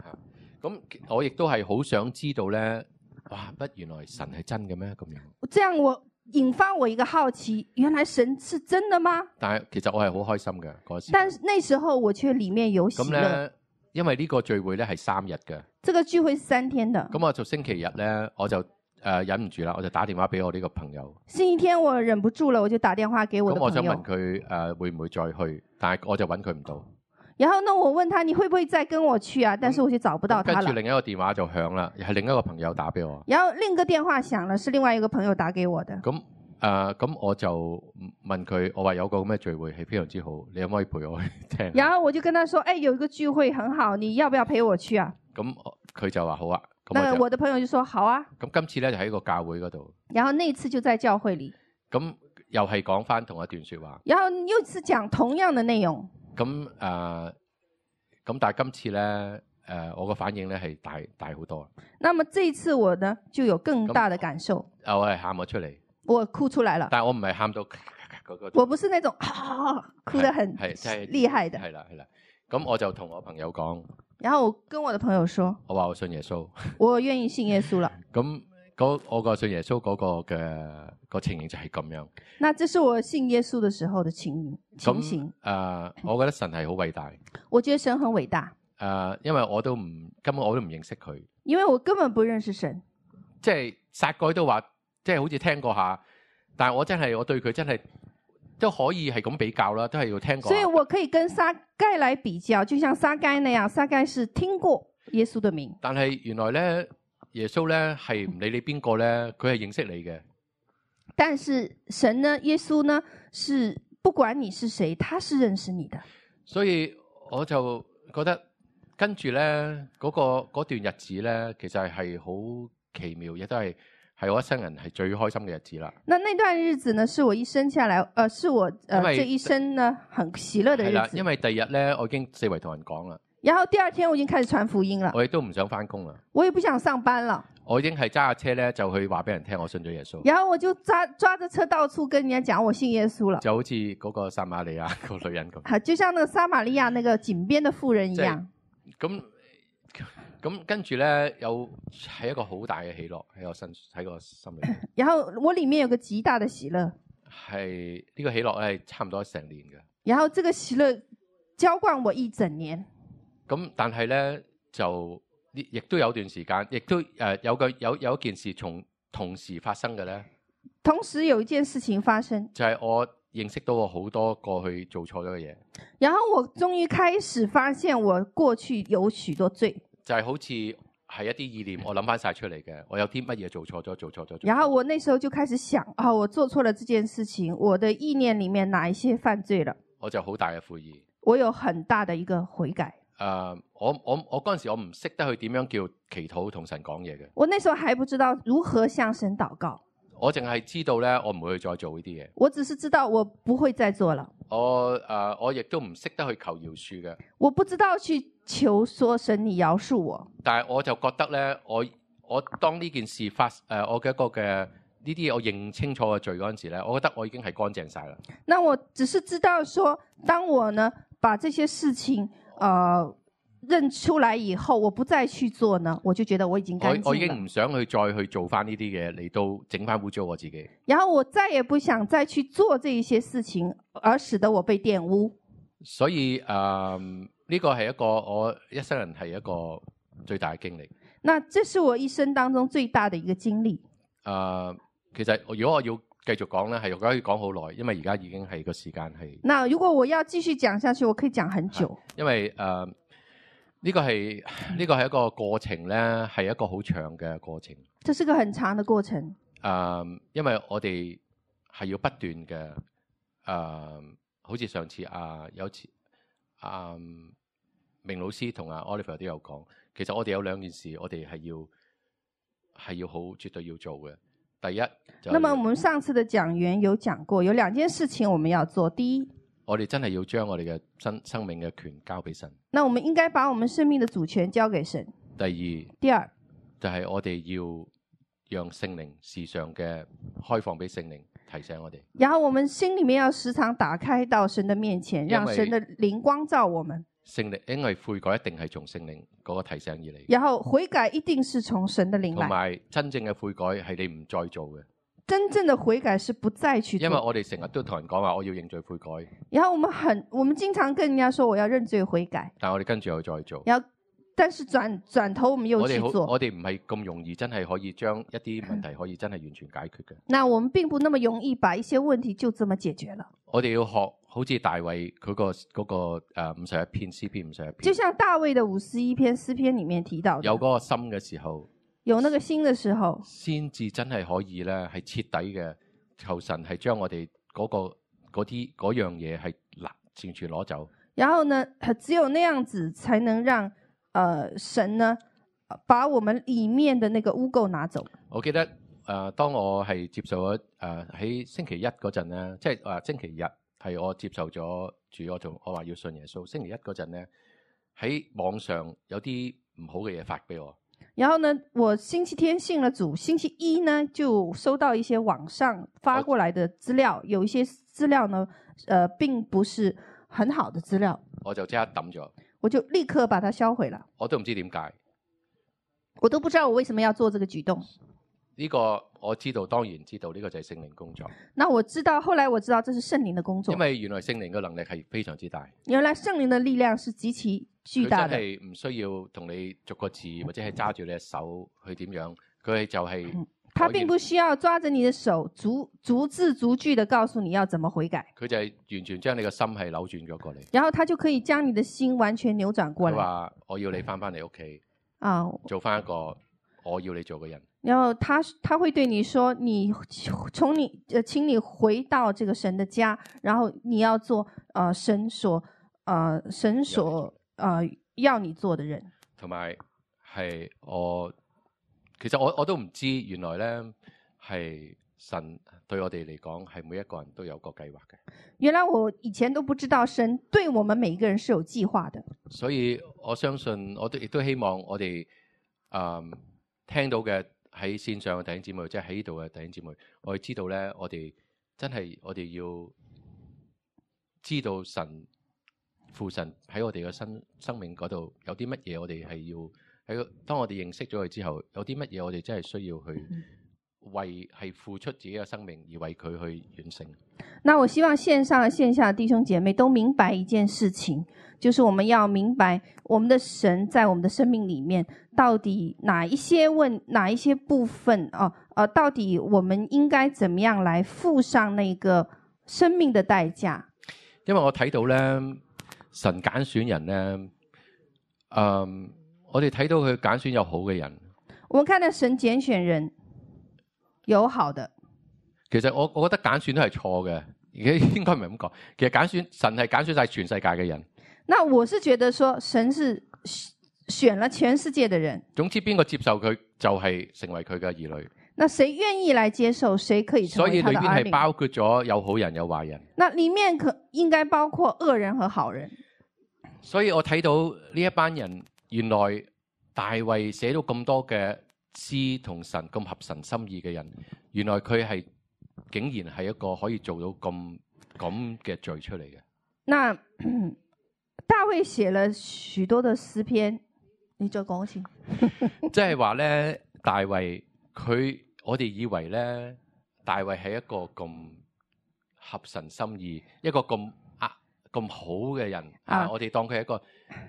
Speaker 1: 咁我亦都係好想知道咧，哇！乜原來神係真嘅咩？咁樣，
Speaker 2: 这样我引发我一个好奇，原来神是真的嗎？
Speaker 1: 但係其實我係好開心嘅嗰時。
Speaker 2: 但是那时候我却里面有喜
Speaker 1: 咁
Speaker 2: 乐。
Speaker 1: 咧，因為呢個聚會咧係三日嘅，
Speaker 2: 这个聚会是三天的。
Speaker 1: 咁我就星期日咧，我就誒、呃忍唔住啦，我就打電話俾我呢個朋友。
Speaker 2: 星期天我忍不住了，我就打电话给我
Speaker 1: 咁
Speaker 2: 的
Speaker 1: 我
Speaker 2: 朋
Speaker 1: 想
Speaker 2: 友
Speaker 1: 問，佢誒、呃、會唔會再去，但係我就揾佢唔到。
Speaker 2: 然后呢，我问他你会不会再跟我去啊？但是我就找不
Speaker 1: 嗯
Speaker 2: 到
Speaker 1: 跟
Speaker 2: 他
Speaker 1: 住
Speaker 2: 了。
Speaker 1: 另一個電話就響啦，係另一個朋友打俾我。
Speaker 2: 然后另一个电话响了，是另外一个朋友打给我的。
Speaker 1: 咁誒，呃咁、我就問佢，我話有個咁嘅聚會係非常之好，你可唔可以陪我去聽？
Speaker 2: 然后我就跟他说，哎，有一个聚会很好，你要不要陪我去啊？
Speaker 1: 咁我佢就話好啊，咁
Speaker 2: 那
Speaker 1: 我就
Speaker 2: 我的朋友就说好啊，
Speaker 1: 咁今次咧就喺個教會嗰度，
Speaker 2: 然后那一次就在教会里，
Speaker 1: 咁又係講翻同一段说話。
Speaker 2: 然后又是讲同样的内容，
Speaker 1: 咁诶，呃咁、但係今次咧诶、呃我個反應咧係大大好多，
Speaker 2: 那么这一次我呢就有更大的感受，
Speaker 1: 啊我係喊咗出嚟，
Speaker 2: 我哭出来了，
Speaker 1: 但系我唔係喊到嗰個
Speaker 2: 我不是那种啊哭得很
Speaker 1: 係係
Speaker 2: 厉害的，
Speaker 1: 係啦係啦。咁我就同我朋友講，
Speaker 2: 然后我跟我的朋友说，
Speaker 1: 我話我信耶穌。
Speaker 2: 我愿意信耶稣 了。
Speaker 1: 咁嗰我個信耶穌嗰個嘅個情形就係咁樣。
Speaker 2: 那这是我信耶稣的时候的情情
Speaker 1: 咁
Speaker 2: 形
Speaker 1: 诶、。呃我覺得神係好偉大。诶、呃
Speaker 2: 我觉得神很伟大，
Speaker 1: 因為我都唔根本我都唔認識佢，
Speaker 2: 因为我根本不认识神。
Speaker 1: 即係撒蓋都話，即係好似聽過下，但係我真係我對佢真係都可以係咁比較啦，都係要聽過
Speaker 2: 所以
Speaker 1: 下。
Speaker 2: 我可以跟撒该来比较，就像撒该那样，撒该是听过耶稣的名，
Speaker 1: 但係原來咧，耶穌咧係唔理你邊個咧，佢係認識你嘅。
Speaker 2: 但是神呢，耶稣呢是不管你是谁，他是认识你的。
Speaker 1: 所以我就覺得跟住呢嗰、個嗰段日子呢，其實係好奇妙，亦都係係我一生人係最開心嘅日子啦。
Speaker 2: 那那段日子呢，是我一生下来，呃，是我呃
Speaker 1: 因为
Speaker 2: 这一生呢很喜乐的
Speaker 1: 係
Speaker 2: 日
Speaker 1: 啦，因
Speaker 2: 子。
Speaker 1: 為第二日呢，我已經四圍同人講啦，
Speaker 2: 然后第二天我已经开始传福音了，
Speaker 1: 我亦都唔想翻工啦，
Speaker 2: 我也不想上班了，
Speaker 1: 我已經係揸下車呢，就去話俾人聽我信咗耶穌，
Speaker 2: 然后我就抓抓着车到处跟人家讲我信耶稣了。
Speaker 1: 就好似嗰個撒瑪利亞 個女人咁。
Speaker 2: 好，就像那个撒玛利亚那个井边的妇人一
Speaker 1: 在
Speaker 2: 样。
Speaker 1: 咁咁跟住呢，有係一個好大嘅喜樂喺我身喺我心裏面，
Speaker 2: 然后我里面有个极大的喜乐，
Speaker 1: 係呢、個喜樂咧係差唔多成年嘅。
Speaker 2: 然后这个喜乐浇灌我一整年。
Speaker 1: 咁但係咧就呢亦都有段時間，亦都誒、呃有個有有一件事從同時發生嘅咧，
Speaker 2: 同时有一件事情发生，
Speaker 1: 就係、我認識到我好多過去做錯咗嘅嘢，
Speaker 2: 然后我终于开始发现我过去有许多罪，
Speaker 1: 就係、好似係一啲意念，我諗翻晒出嚟嘅，我有啲乜嘢做錯咗，做錯咗。做錯咗
Speaker 2: 然后我那时候就开始想啊，我做错了这件事情，我的意念里面哪一些犯罪了，
Speaker 1: 我就好大嘅悔意。
Speaker 2: 我有很大的一个悔改。
Speaker 1: 誒、我我我嗰陣時我唔識得去點樣叫祈禱同神講嘢嘅，
Speaker 2: 我那时候还不知道如何向神祷告，
Speaker 1: 我淨係知道咧，我唔會去再做呢啲嘢。
Speaker 2: 我只是知道我不会再做了，
Speaker 1: 我誒、呃我亦都唔識得去求饒恕嘅。
Speaker 2: 我不知道去求说神你饶恕我，
Speaker 1: 但係我就覺得咧，我我當呢件事發誒、呃我嘅一個嘅呢啲嘢，我認清楚嘅罪嗰陣時咧，我覺得我已經係乾淨晒啦。
Speaker 2: 那我只是知道说，当我呢把这些事情呃认出来以后，我不再去做呢，我就觉得我已经干
Speaker 1: 我我已
Speaker 2: 净了。
Speaker 1: 經唔想去再去做翻呢啲嘢嚟到整翻污糟我自己。
Speaker 2: 然后我再也不想再去做这一些事情，而使得我被玷污。
Speaker 1: 所以誒，呃呢個係一個我一生人係一個最大嘅經歷。誒、
Speaker 2: 那这是我一生当中最大的一个经历。
Speaker 1: 啊其實如果我要繼續講咧，係可以講好耐，因為而家已經係個時間係，
Speaker 2: 那如果我要繼續講下去，我可以講很久，
Speaker 1: 因為誒。呃呢個係呢個係一個過程咧，係一個好長嘅過程。
Speaker 2: 這是個很長的過程。
Speaker 1: 誒、嗯因為我哋係要不斷嘅誒、好似上次啊，有次啊、明老師同阿 Oliver 都有講，其實我哋有兩件事，我哋係要係要好絕對要做嘅。第一就
Speaker 2: 那麼我
Speaker 1: 係
Speaker 2: 們上次的講員有講過，有兩件事情我們要做。第一，
Speaker 1: 我哋真係要將我哋嘅生生命嘅權交俾神。
Speaker 2: 那我們應該把我們生命的主權交給神。
Speaker 1: 第二
Speaker 2: 第二，
Speaker 1: 就係我哋要讓聖靈時常嘅開放俾聖靈提醒我哋。
Speaker 2: 然后我们心里面要时常打开到神的面前，
Speaker 1: 因为
Speaker 2: 让神的灵光照我们。
Speaker 1: 聖靈因為悔改一定係從聖靈嗰個提醒而嚟。
Speaker 2: 然后悔改一定是从神的灵
Speaker 1: 同
Speaker 2: 来，
Speaker 1: 埋真正嘅悔改係你唔再做嘅，
Speaker 2: 真正的悔改是不再去
Speaker 1: 因為
Speaker 2: 做。
Speaker 1: 我哋成日都同人講話我要認罪悔改，
Speaker 2: 然后我们很，我们经常跟人家说我要认罪悔改，
Speaker 1: 但我哋跟住又再做。
Speaker 2: 然后但是转转头我们又
Speaker 1: 我
Speaker 2: 去
Speaker 1: 哋好，
Speaker 2: 做，
Speaker 1: 我哋唔係咁容易，真係可以將一啲問題可以真係完全解決嘅。
Speaker 2: 那我们并不那么容易把一些问题就这么解决了。
Speaker 1: 我哋要學好似大衛佢、個嗰、個誒五十一篇詩篇五十一
Speaker 2: 就
Speaker 1: 篇，
Speaker 2: 像大卫的五十一篇诗篇里面提到
Speaker 1: 有
Speaker 2: 的，
Speaker 1: 嗰個心嘅時候，
Speaker 2: 有那个心的时候，
Speaker 1: 先至真係可以咧係徹底嘅求神係將我哋嗰、個嗰啲嗰樣嘢係嗱完全攞走。
Speaker 2: 然后呢，只有那样子才能让呃神呢把我们里面的那个污垢拿走。
Speaker 1: 我記得誒、呃，當我係接受咗誒喺星期一嗰陣咧，即係誒、呃星期日係我接受咗主，我仲我話要信耶穌。星期一嗰陣咧，喺網上有啲唔好嘅嘢發俾我，
Speaker 2: 然后呢，我星期天信了主，星期一呢就收到一些网上发过来的资料，有一些资料呢，呃，并不是很好的资料，
Speaker 1: 我就即刻抌咗，
Speaker 2: 我就立刻把它销毁了。
Speaker 1: 我都唔知點解。
Speaker 2: 我都不知道我为什么要做这个举动。
Speaker 1: 呢、個我知道，當然知道呢、個就係聖靈工作，
Speaker 2: 那我知道，后来我知道这是圣灵的工作
Speaker 1: 因，為原來聖靈嘅能力係非常之大，
Speaker 2: 原来圣灵的力量是极其
Speaker 1: 佢
Speaker 2: 巨
Speaker 1: 真
Speaker 2: 大的。
Speaker 1: 係唔需要同你逐個字或者係揸住你嘅手去點樣，佢係就係、
Speaker 2: 他
Speaker 1: 可以
Speaker 2: 并不需要抓着你的手，逐逐字逐句的告诉你要怎么悔改，
Speaker 1: 佢就係完全將你嘅心係扭轉咗過嚟。
Speaker 2: 然后他就可以将你的心完全扭转过
Speaker 1: 佢
Speaker 2: 来嗯
Speaker 1: 話：我要你翻返嚟屋企，
Speaker 2: 啊。
Speaker 1: 做翻一個我要你做嘅人。
Speaker 2: 然后他他会对你说：“你从你呃，请你回到这个神的家，然后你要做呃神所呃神所呃要你做的人。”
Speaker 1: 同埋係我，其實我我都唔知，原來咧係神對我哋嚟講係每一個人都有個計劃嘅，
Speaker 2: 原来我以前都不知道神对我们每一个人是有计划的，
Speaker 1: 所以我相信我都亦都希望我哋啊、嗯、聽到嘅喺線上嘅弟兄姊妹，即係喺呢度嘅弟兄姊妹，我哋知道咧，我哋真係我哋要知道神父神喺我哋嘅生生命嗰度有啲乜嘢，我哋係要喺個當我哋認識咗佢之後，有啲乜嘢我哋真係需要去為係付出自己嘅生命而為佢去完成。
Speaker 2: 那我希望线上和线下的弟兄姐妹都明白一件事情，就是我们要明白我们的神在我们的生命里面到底哪一些问哪一些部分啊呃，到底我们应该怎么样来付上那个生命的代价？
Speaker 1: 因為我睇到咧，神揀選人咧，嗯，我哋睇到佢揀選有好嘅人。
Speaker 2: 我们看到神拣选人有好的，
Speaker 1: 其實我我覺得揀選都係錯嘅， 而家應該唔係咁講。其實揀選神係揀選晒全世界嘅人，
Speaker 2: 那我是觉得说神是选选了全世界的人。
Speaker 1: 總之邊個接受佢就係成為佢嘅兒女。
Speaker 2: 那谁愿意来接受，谁可以成
Speaker 1: 所以裏
Speaker 2: 为他的
Speaker 1: 邊
Speaker 2: 儿
Speaker 1: 係
Speaker 2: 女。
Speaker 1: 包括咗有好人有壞人。
Speaker 2: 那里面可应该包括恶人和好人。
Speaker 1: 所以我睇到呢一班人，原來大衛寫到咁多嘅詩同神咁合神心意嘅人，原來佢係竟然係一個可以做到咁咁嘅罪出嚟嘅。
Speaker 2: 那 大卫写了许多的诗篇，你就恭喜。
Speaker 1: 即係話咧，大衛佢我哋以為咧，大衛係一個咁合神心意，一個咁啊咁好嘅人啊，
Speaker 2: 啊
Speaker 1: 我哋當佢係一個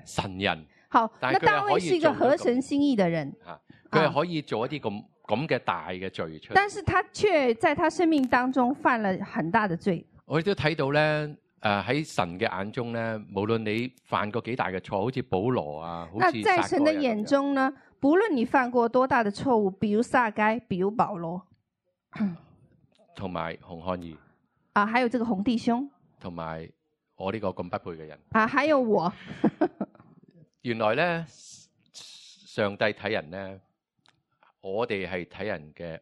Speaker 1: 神人
Speaker 2: 好，
Speaker 1: 但
Speaker 2: 那
Speaker 1: 是佢
Speaker 2: 大
Speaker 1: 可
Speaker 2: 卫
Speaker 1: 以
Speaker 2: 是一个
Speaker 1: 做得到
Speaker 2: 合神心意的人，
Speaker 1: 啊，佢
Speaker 2: 啊
Speaker 1: 係可以做一啲咁咁嘅大嘅罪出嚟。
Speaker 2: 但是他却在他生命当中犯了很大的罪。
Speaker 1: 我亦都睇到咧，誒、喺神嘅眼中咧，無論你犯過幾大嘅錯，好似保羅啊，好
Speaker 2: 那
Speaker 1: 似
Speaker 2: 在
Speaker 1: 撒
Speaker 2: 神
Speaker 1: 該
Speaker 2: 的
Speaker 1: 啊
Speaker 2: 眼
Speaker 1: 咁樣
Speaker 2: 中呢，不论你犯过多大的错误，比如撒该，比如保罗
Speaker 1: 同埋洪漢義，
Speaker 2: 啊，还有这个红弟兄
Speaker 1: 同埋我呢個咁不配嘅人。
Speaker 2: 啊，还有我，
Speaker 1: 原來咧，上帝睇人咧，我哋係睇人嘅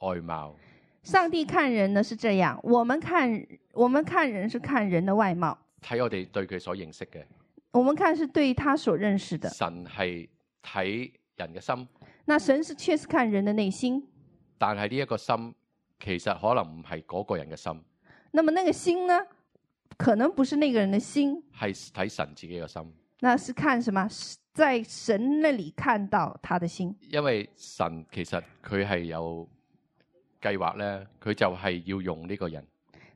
Speaker 1: 外貌，
Speaker 2: 上帝看人呢是这样，我们看我们看人是看人的外貌，
Speaker 1: 睇我哋對佢所認識嘅。
Speaker 2: 我们看是对他所认识的。
Speaker 1: 神係睇人嘅心，
Speaker 2: 那神是确实看人的内心，
Speaker 1: 但係呢一個心其實可能唔係嗰個人嘅心，
Speaker 2: 那么那个心呢，可能不是那个人的心，
Speaker 1: 係睇神自己嘅心。
Speaker 2: 那是看什么？是在神那里看到他的心，
Speaker 1: 因為神其實佢係有計劃咧，佢就係要用呢個人，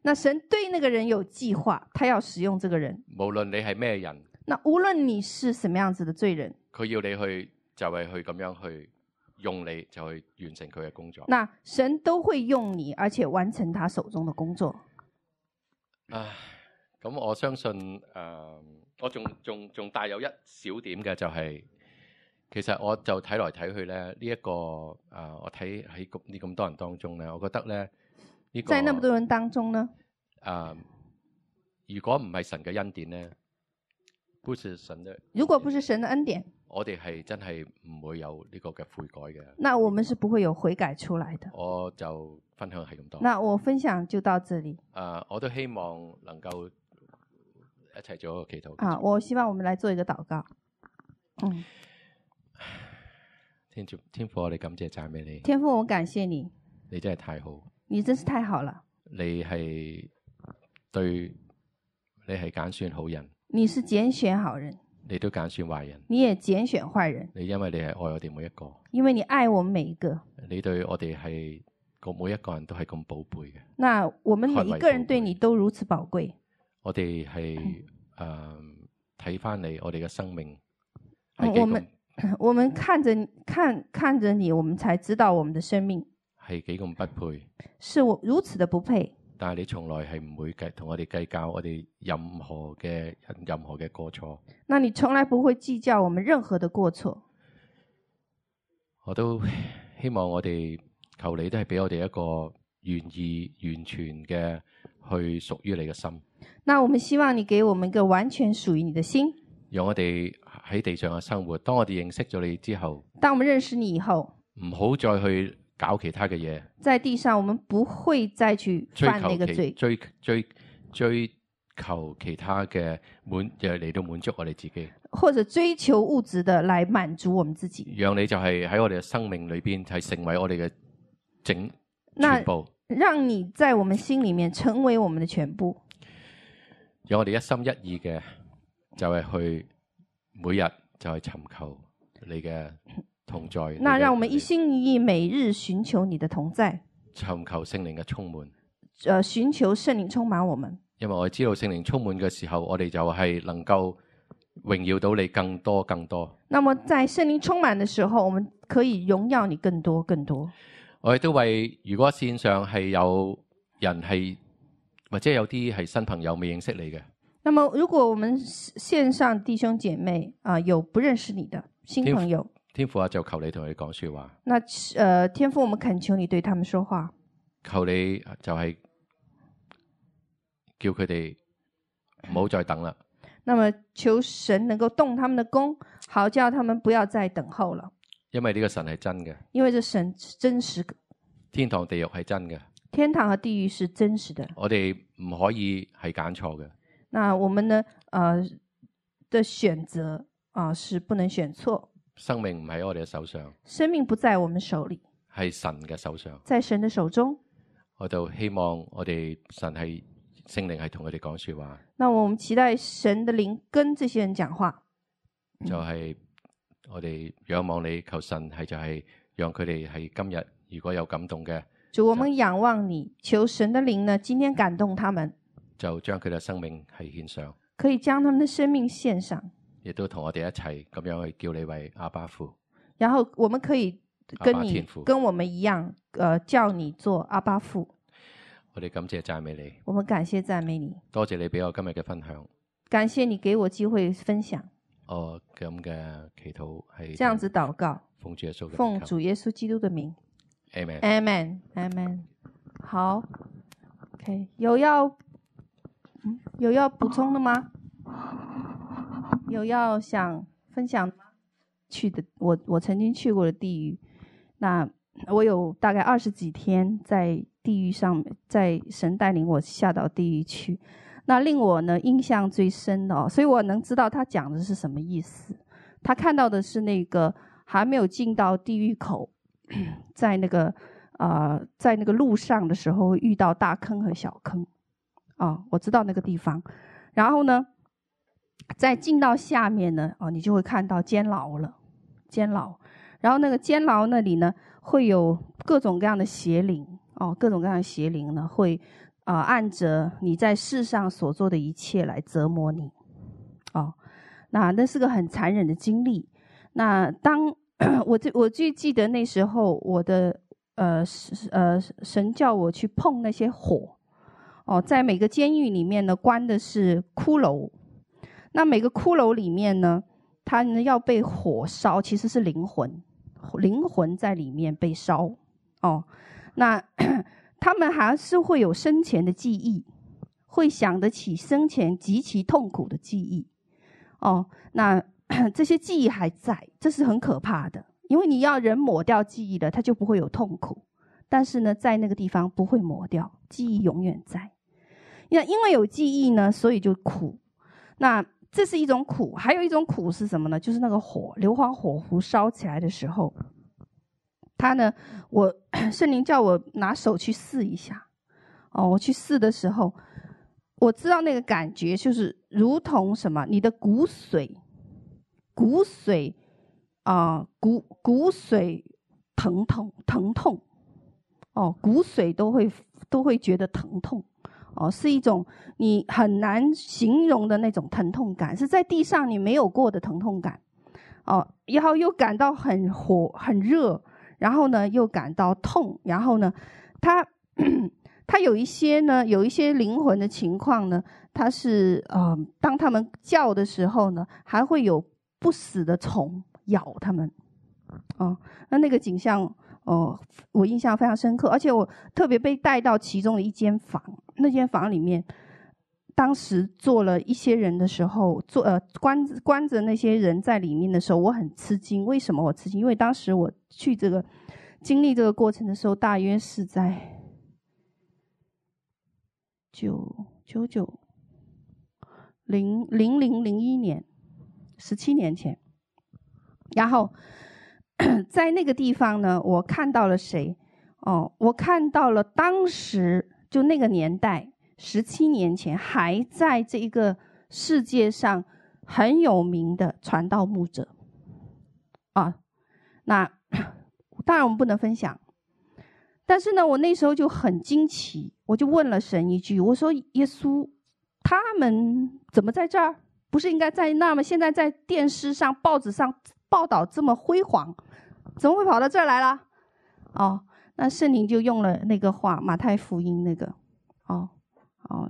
Speaker 2: 那神对那个人有计划，他要使用这个人。
Speaker 1: 無論你係咩人，
Speaker 2: 那无论你是什么样子的罪人，
Speaker 1: 佢要你去就係去咁樣去用你，就去完成佢嘅工作。
Speaker 2: 那神都会用你，而且完成他手中的工作。
Speaker 1: 唉，咁我相信誒、呃我仲仲仲帶有一小點嘅就係、其實我就睇來睇去咧，呢、一個誒、呃我睇喺咁呢咁多人當中咧，我覺得咧呢、個
Speaker 2: 在那么多人当中呢，
Speaker 1: 呃如果唔係神嘅恩典咧，不是神嘅，
Speaker 2: 如果不是神的恩典，
Speaker 1: 我哋係真係唔會有呢個嘅悔改嘅。
Speaker 2: 那我们是不会有悔改出来的。
Speaker 1: 我就分享係咁多。
Speaker 2: 那我分享就到这里
Speaker 1: 啊，我都希望能夠一齊做一個祈禱。
Speaker 2: 啊！我希望我们来做一个祷告。嗯，
Speaker 1: 天主天父，我哋感謝讚美你，
Speaker 2: 天父，我感谢你，
Speaker 1: 你真係太好，
Speaker 2: 你真是太好了，
Speaker 1: 你係對你係揀選好人，
Speaker 2: 你是拣选好人，
Speaker 1: 你都揀選壞人。
Speaker 2: 你也拣选坏人，
Speaker 1: 你因為你係愛我哋每一個，
Speaker 2: 因为你爱我们每一个。
Speaker 1: 你對我哋係個每一個人都係咁寶貝嘅。
Speaker 2: 那我们每一个人对你都如此宝贵。
Speaker 1: 我哋係诶睇翻你，我哋嘅生命
Speaker 2: 嗯
Speaker 1: 係幾
Speaker 2: 我們
Speaker 1: 咁
Speaker 2: 我们看着你看看着你，我们才知道我们的生命
Speaker 1: 係幾咁不配。
Speaker 2: 是我如此的不配。
Speaker 1: 但係你從來係唔會計同我哋計較我哋任何嘅任何嘅過錯。
Speaker 2: 那你从来不会计较我们任何的过错。
Speaker 1: 我都 希望我哋求你都係俾我哋一個願意完全嘅去屬於你嘅心，
Speaker 2: 那我们希望你给我们一个完全属于你的心。
Speaker 1: 讓我哋喺地上嘅生活。當我哋認識咗你之後，
Speaker 2: 当我们认识你以后，
Speaker 1: 唔好再去搞其他嘅嘢，
Speaker 2: 在地上我们不会再去
Speaker 1: 追
Speaker 2: 犯那
Speaker 1: 求
Speaker 2: 个
Speaker 1: 其
Speaker 2: 罪，
Speaker 1: 追追追求其他嘅滿，就嚟到滿足我哋自己。
Speaker 2: 或者追求物质的来滿足我们自己，
Speaker 1: 讓你就係喺我哋嘅生命裏邊係成為我哋嘅整
Speaker 2: 那
Speaker 1: 全部。
Speaker 2: 让你在我们心里面成为我们的全部。
Speaker 1: 讓我哋一心一意嘅，就係去每日就係尋求你嘅同在。你
Speaker 2: 那
Speaker 1: 嘅
Speaker 2: 让我们一
Speaker 1: 你
Speaker 2: 心一意每日寻求你的同在，
Speaker 1: 尋求聖靈嘅充滿，
Speaker 2: 呃，寻求圣灵充满我们。
Speaker 1: 因為我知道聖靈充滿嘅時候，我哋就係能夠榮耀到你更多更多。
Speaker 2: 那么在圣灵充满的时候，我们可以荣耀你更多更多。
Speaker 1: 我亦都為如果線上係有人係或者有啲係新朋友未認識你嘅，
Speaker 2: 那么，如果我们线上弟兄姐妹啊、有不认识你的新朋友，
Speaker 1: 天父啊，就求你同佢哋講说話。
Speaker 2: 那呃，天父，我们恳求你对他们说话，
Speaker 1: 求你就係叫佢哋唔好再等啦，
Speaker 2: 那么求神能够动他们的功，好叫他们不要再等候了，
Speaker 1: 因為呢個神係真嘅，
Speaker 2: 因为这神是真实，
Speaker 1: 天堂地獄係真嘅，
Speaker 2: 天堂和地狱是真实的。
Speaker 1: 我哋唔可以係揀錯嘅。
Speaker 2: 那我们呢，呃的选择啊、是不能选错，
Speaker 1: 生命唔喺我哋嘅手上，
Speaker 2: 生命不在我们手里，
Speaker 1: 係神嘅手上。
Speaker 2: 在神的手中。
Speaker 1: 我就希望我哋神係聖靈係同佢哋講说話，
Speaker 2: 那我们期待神的灵跟这些人讲话，
Speaker 1: 就
Speaker 2: 嗯
Speaker 1: 係我哋仰望你，求神係就係讓佢哋係今日如果有感動嘅，
Speaker 2: 主，我们仰望你，求神的灵呢，今天感动他们，
Speaker 1: 就將佢哋嘅生命係獻上，
Speaker 2: 可以将他们的生命献上，
Speaker 1: 亦都同我哋一齊咁樣去叫你為阿爸父。
Speaker 2: 然后我们可以跟
Speaker 1: 阿爸
Speaker 2: 你
Speaker 1: 天父
Speaker 2: 跟我们一样，呃，叫你做阿巴父。
Speaker 1: 我哋感謝讚美你，
Speaker 2: 我们感谢赞美你，
Speaker 1: 多謝你俾我今日嘅分享。
Speaker 2: 感谢你给我机会分享，
Speaker 1: 我咁嘅祈禱係
Speaker 2: 这样子祷告，
Speaker 1: 奉主耶穌嘅
Speaker 2: 奉
Speaker 1: 名求
Speaker 2: 主耶稣基督的名。
Speaker 1: Amen。
Speaker 2: Amen Amen。好，OK，有要嗯有要补充的吗？有要想分享的吗去的我我曾经去过的地狱，那我有大概二十几天在地狱上，在神带领我下到地狱去。那令我呢印象最深的哦，所以我能知道他讲的是什么意思。他看到的是那个还没有进到地狱口，在那个呃，在那个路上的时候会遇到大坑和小坑，啊、我知道那个地方。然后呢，再进到下面呢，哦，你就会看到监牢了，监牢。然后那个监牢那里呢，会有各种各样的邪灵，哦，各种各样的邪灵呢，会啊、呃按着你在世上所做的一切来折磨你，哦，那那是个很残忍的经历。那当我就我就记得那时候我的呃是呃神叫我去碰那些火，哦，在每个监狱里面呢关的是骷髅，那每个骷髅里面呢，它呢要被火烧，其实是灵魂，灵魂在里面被烧，哦，那 他们还是会有生前的记忆，会想得起生前极其痛苦的记忆，哦，那 这些记忆还在，这是很可怕的。因为你要人抹掉记忆了，他就不会有痛苦。但是呢，在那个地方不会抹掉，记忆永远在。那因为有记忆呢，所以就苦。那这是一种苦，还有一种苦是什么呢？就是那个火，硫磺火壶烧起来的时候，他呢，我 圣灵叫我拿手去试一下。哦，我去试的时候，我知道那个感觉就是如同什么，你的骨髓，骨髓啊、骨骨髓疼痛疼痛，哦，骨髓都会都会觉得疼痛，哦，是一种你很难形容的那种疼痛感，是在地上你没有过的疼痛感，哦，然后又感到很火很热，然后呢又感到痛，然后呢，它它有一些呢，有一些灵魂的情况呢，它是呃，当他们叫的时候呢，还会有不死的虫咬他们，哦，那那个景象哦，我印象非常深刻，而且我特别被带到其中的一间房，那间房里面，当时坐了一些人的时候，坐呃关关着那些人在里面的时候，我很吃惊。为什么我吃惊？因为当时我去这个经历这个过程的时候，大约是在九九九零零零零一年，十七年前。然后在那个地方呢，我看到了谁？哦，我看到了当时就那个年代，十七年前还在这一个世界上很有名的传道牧者啊。那 当然我们不能分享，但是呢，我那时候就很惊奇，我就问了神一句：“我说耶稣，他们怎么在这儿？不是应该在那吗？现在在电视上、报纸上报道这么辉煌，怎么会跑到这儿来了？”哦，那圣灵就用了那个话，《马太福音》那个，哦哦，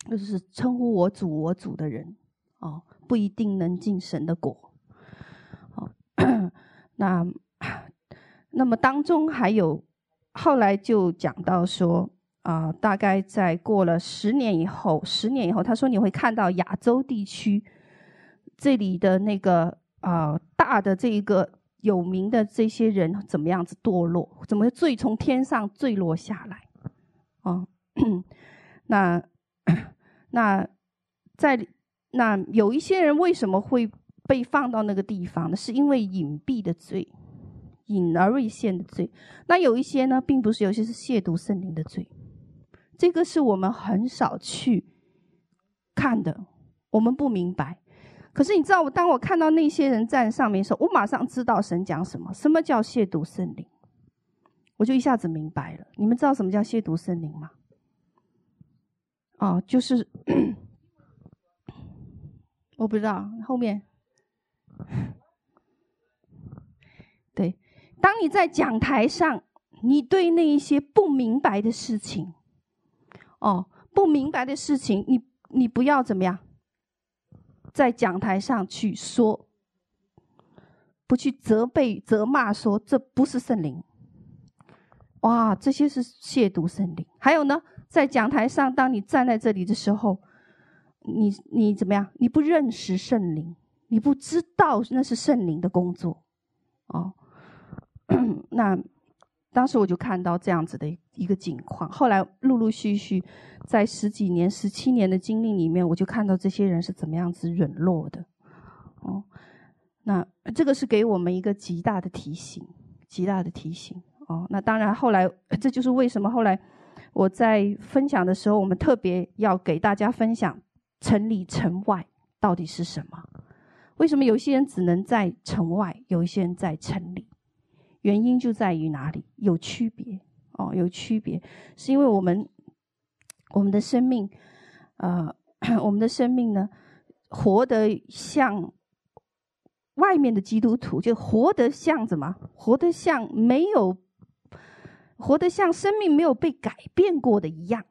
Speaker 2: 就是称呼我主我主的人，哦，不一定能进神的国。哦，那那么当中还有，后来就讲到说啊、大概在过了十年以后，十年以后，他说你会看到亚洲地区这里的那个啊、大的这一个有名的这些人怎么样子堕落，怎么罪从天上坠落下来，哦， 那那在那有一些人为什么会被放到那个地方呢？是因为隐蔽的罪。隐而未现的罪。那有一些呢，并不是，有些是亵渎圣灵的罪。这个是我们很少去看的，我们不明白。可是你知道，我当我看到那些人站上面的时候，我马上知道神讲什么，什么叫亵渎圣灵，我就一下子明白了。你们知道什么叫亵渎圣灵吗？哦，就是我不知道后面。对，当你在讲台上，你对那一些不明白的事情，哦，不明白的事情，你你不要怎么样，在讲台上去说，不去责备、责骂说，这不是圣灵。哇，这些是亵渎圣灵。还有呢，在讲台上，当你站在这里的时候，你你怎么样？你不认识圣灵，你不知道那是圣灵的工作。哦， 那当时我就看到这样子的一一个景况。后来陆陆续续在十几年、十七年的经历里面，我就看到这些人是怎么样子陨落的。哦，那这个是给我们一个极大的提醒，极大的提醒。哦，那当然，后来这就是为什么后来我在分享的时候，我们特别要给大家分享城里城外到底是什么。为什么有些人只能在城外，有一些人在城里？原因就在于哪里有区别哦，有区别，是因为我们我们的生命，呃， 我们的生命呢，活得像外面的基督徒，就活得像怎么？活得像没有，活得像生命没有被改变过的一样。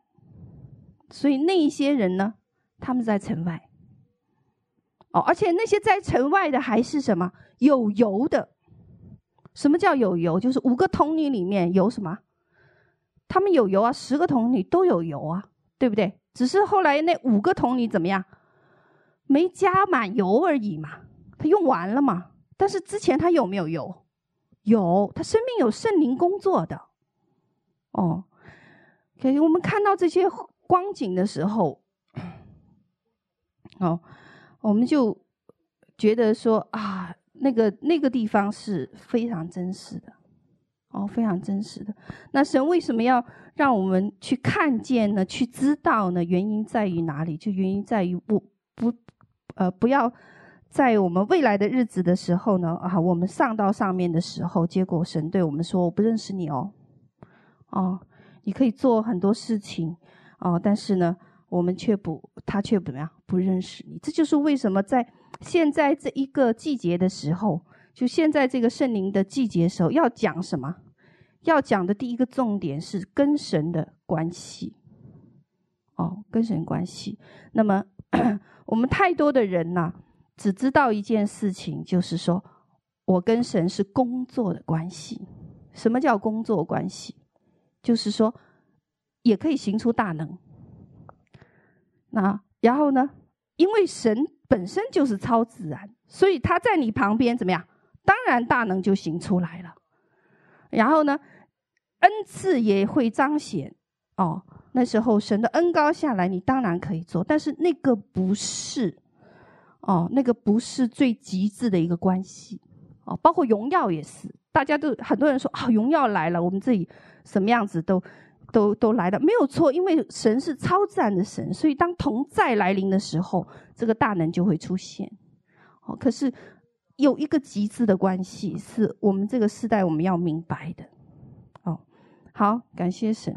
Speaker 2: 所以那一些人呢，他们在城外，哦，而且那些在城外的还是什么有油的？什么叫有油？就是五个童女里面有什么？他们有油啊，十个童女都有油啊，对不对？只是后来那五个童女怎么样？没加满油而已嘛，他用完了嘛。但是之前他有没有油？有，他生命有圣灵工作的。哦，OK，我们看到这些光景的时候，哦，我们就觉得说啊，那个那个地方是非常真实的，哦，非常真实的。那神为什么要让我们去看见呢？去知道呢？原因在于哪里？就原因在于不不呃，不要在我们未来的日子的时候呢，啊，我们上到上面的时候，结果神对我们说：“我不认识你哦，哦，你可以做很多事情哦，但是呢，我们却不，他却怎么样不认识你。”这就是为什么在现在这一个季节的时候，就现在这个圣灵的季节的时候，要讲什么？要讲的第一个重点是跟神的关系，哦，跟神关系。那么 我们太多的人呐、只知道一件事情，就是说我跟神是工作的关系。什么叫工作关系？就是说也可以行出大能。那然后呢？因为神本身就是超自然，所以他在你旁边怎么样？当然大能就行出来了。然后呢，恩赐也会彰显哦。那时候神的恩高下来，你当然可以做，但是那个不是哦，那个不是最极致的一个关系哦。包括荣耀也是，大家都很多人说啊，荣耀来了，我们自己什么样子都都都来的没有错，因为神是超自然的神，所以当同在来临的时候，这个大能就会出现哦。可是有一个极致的关系，是我们这个时代我们要明白的哦。好，感谢神。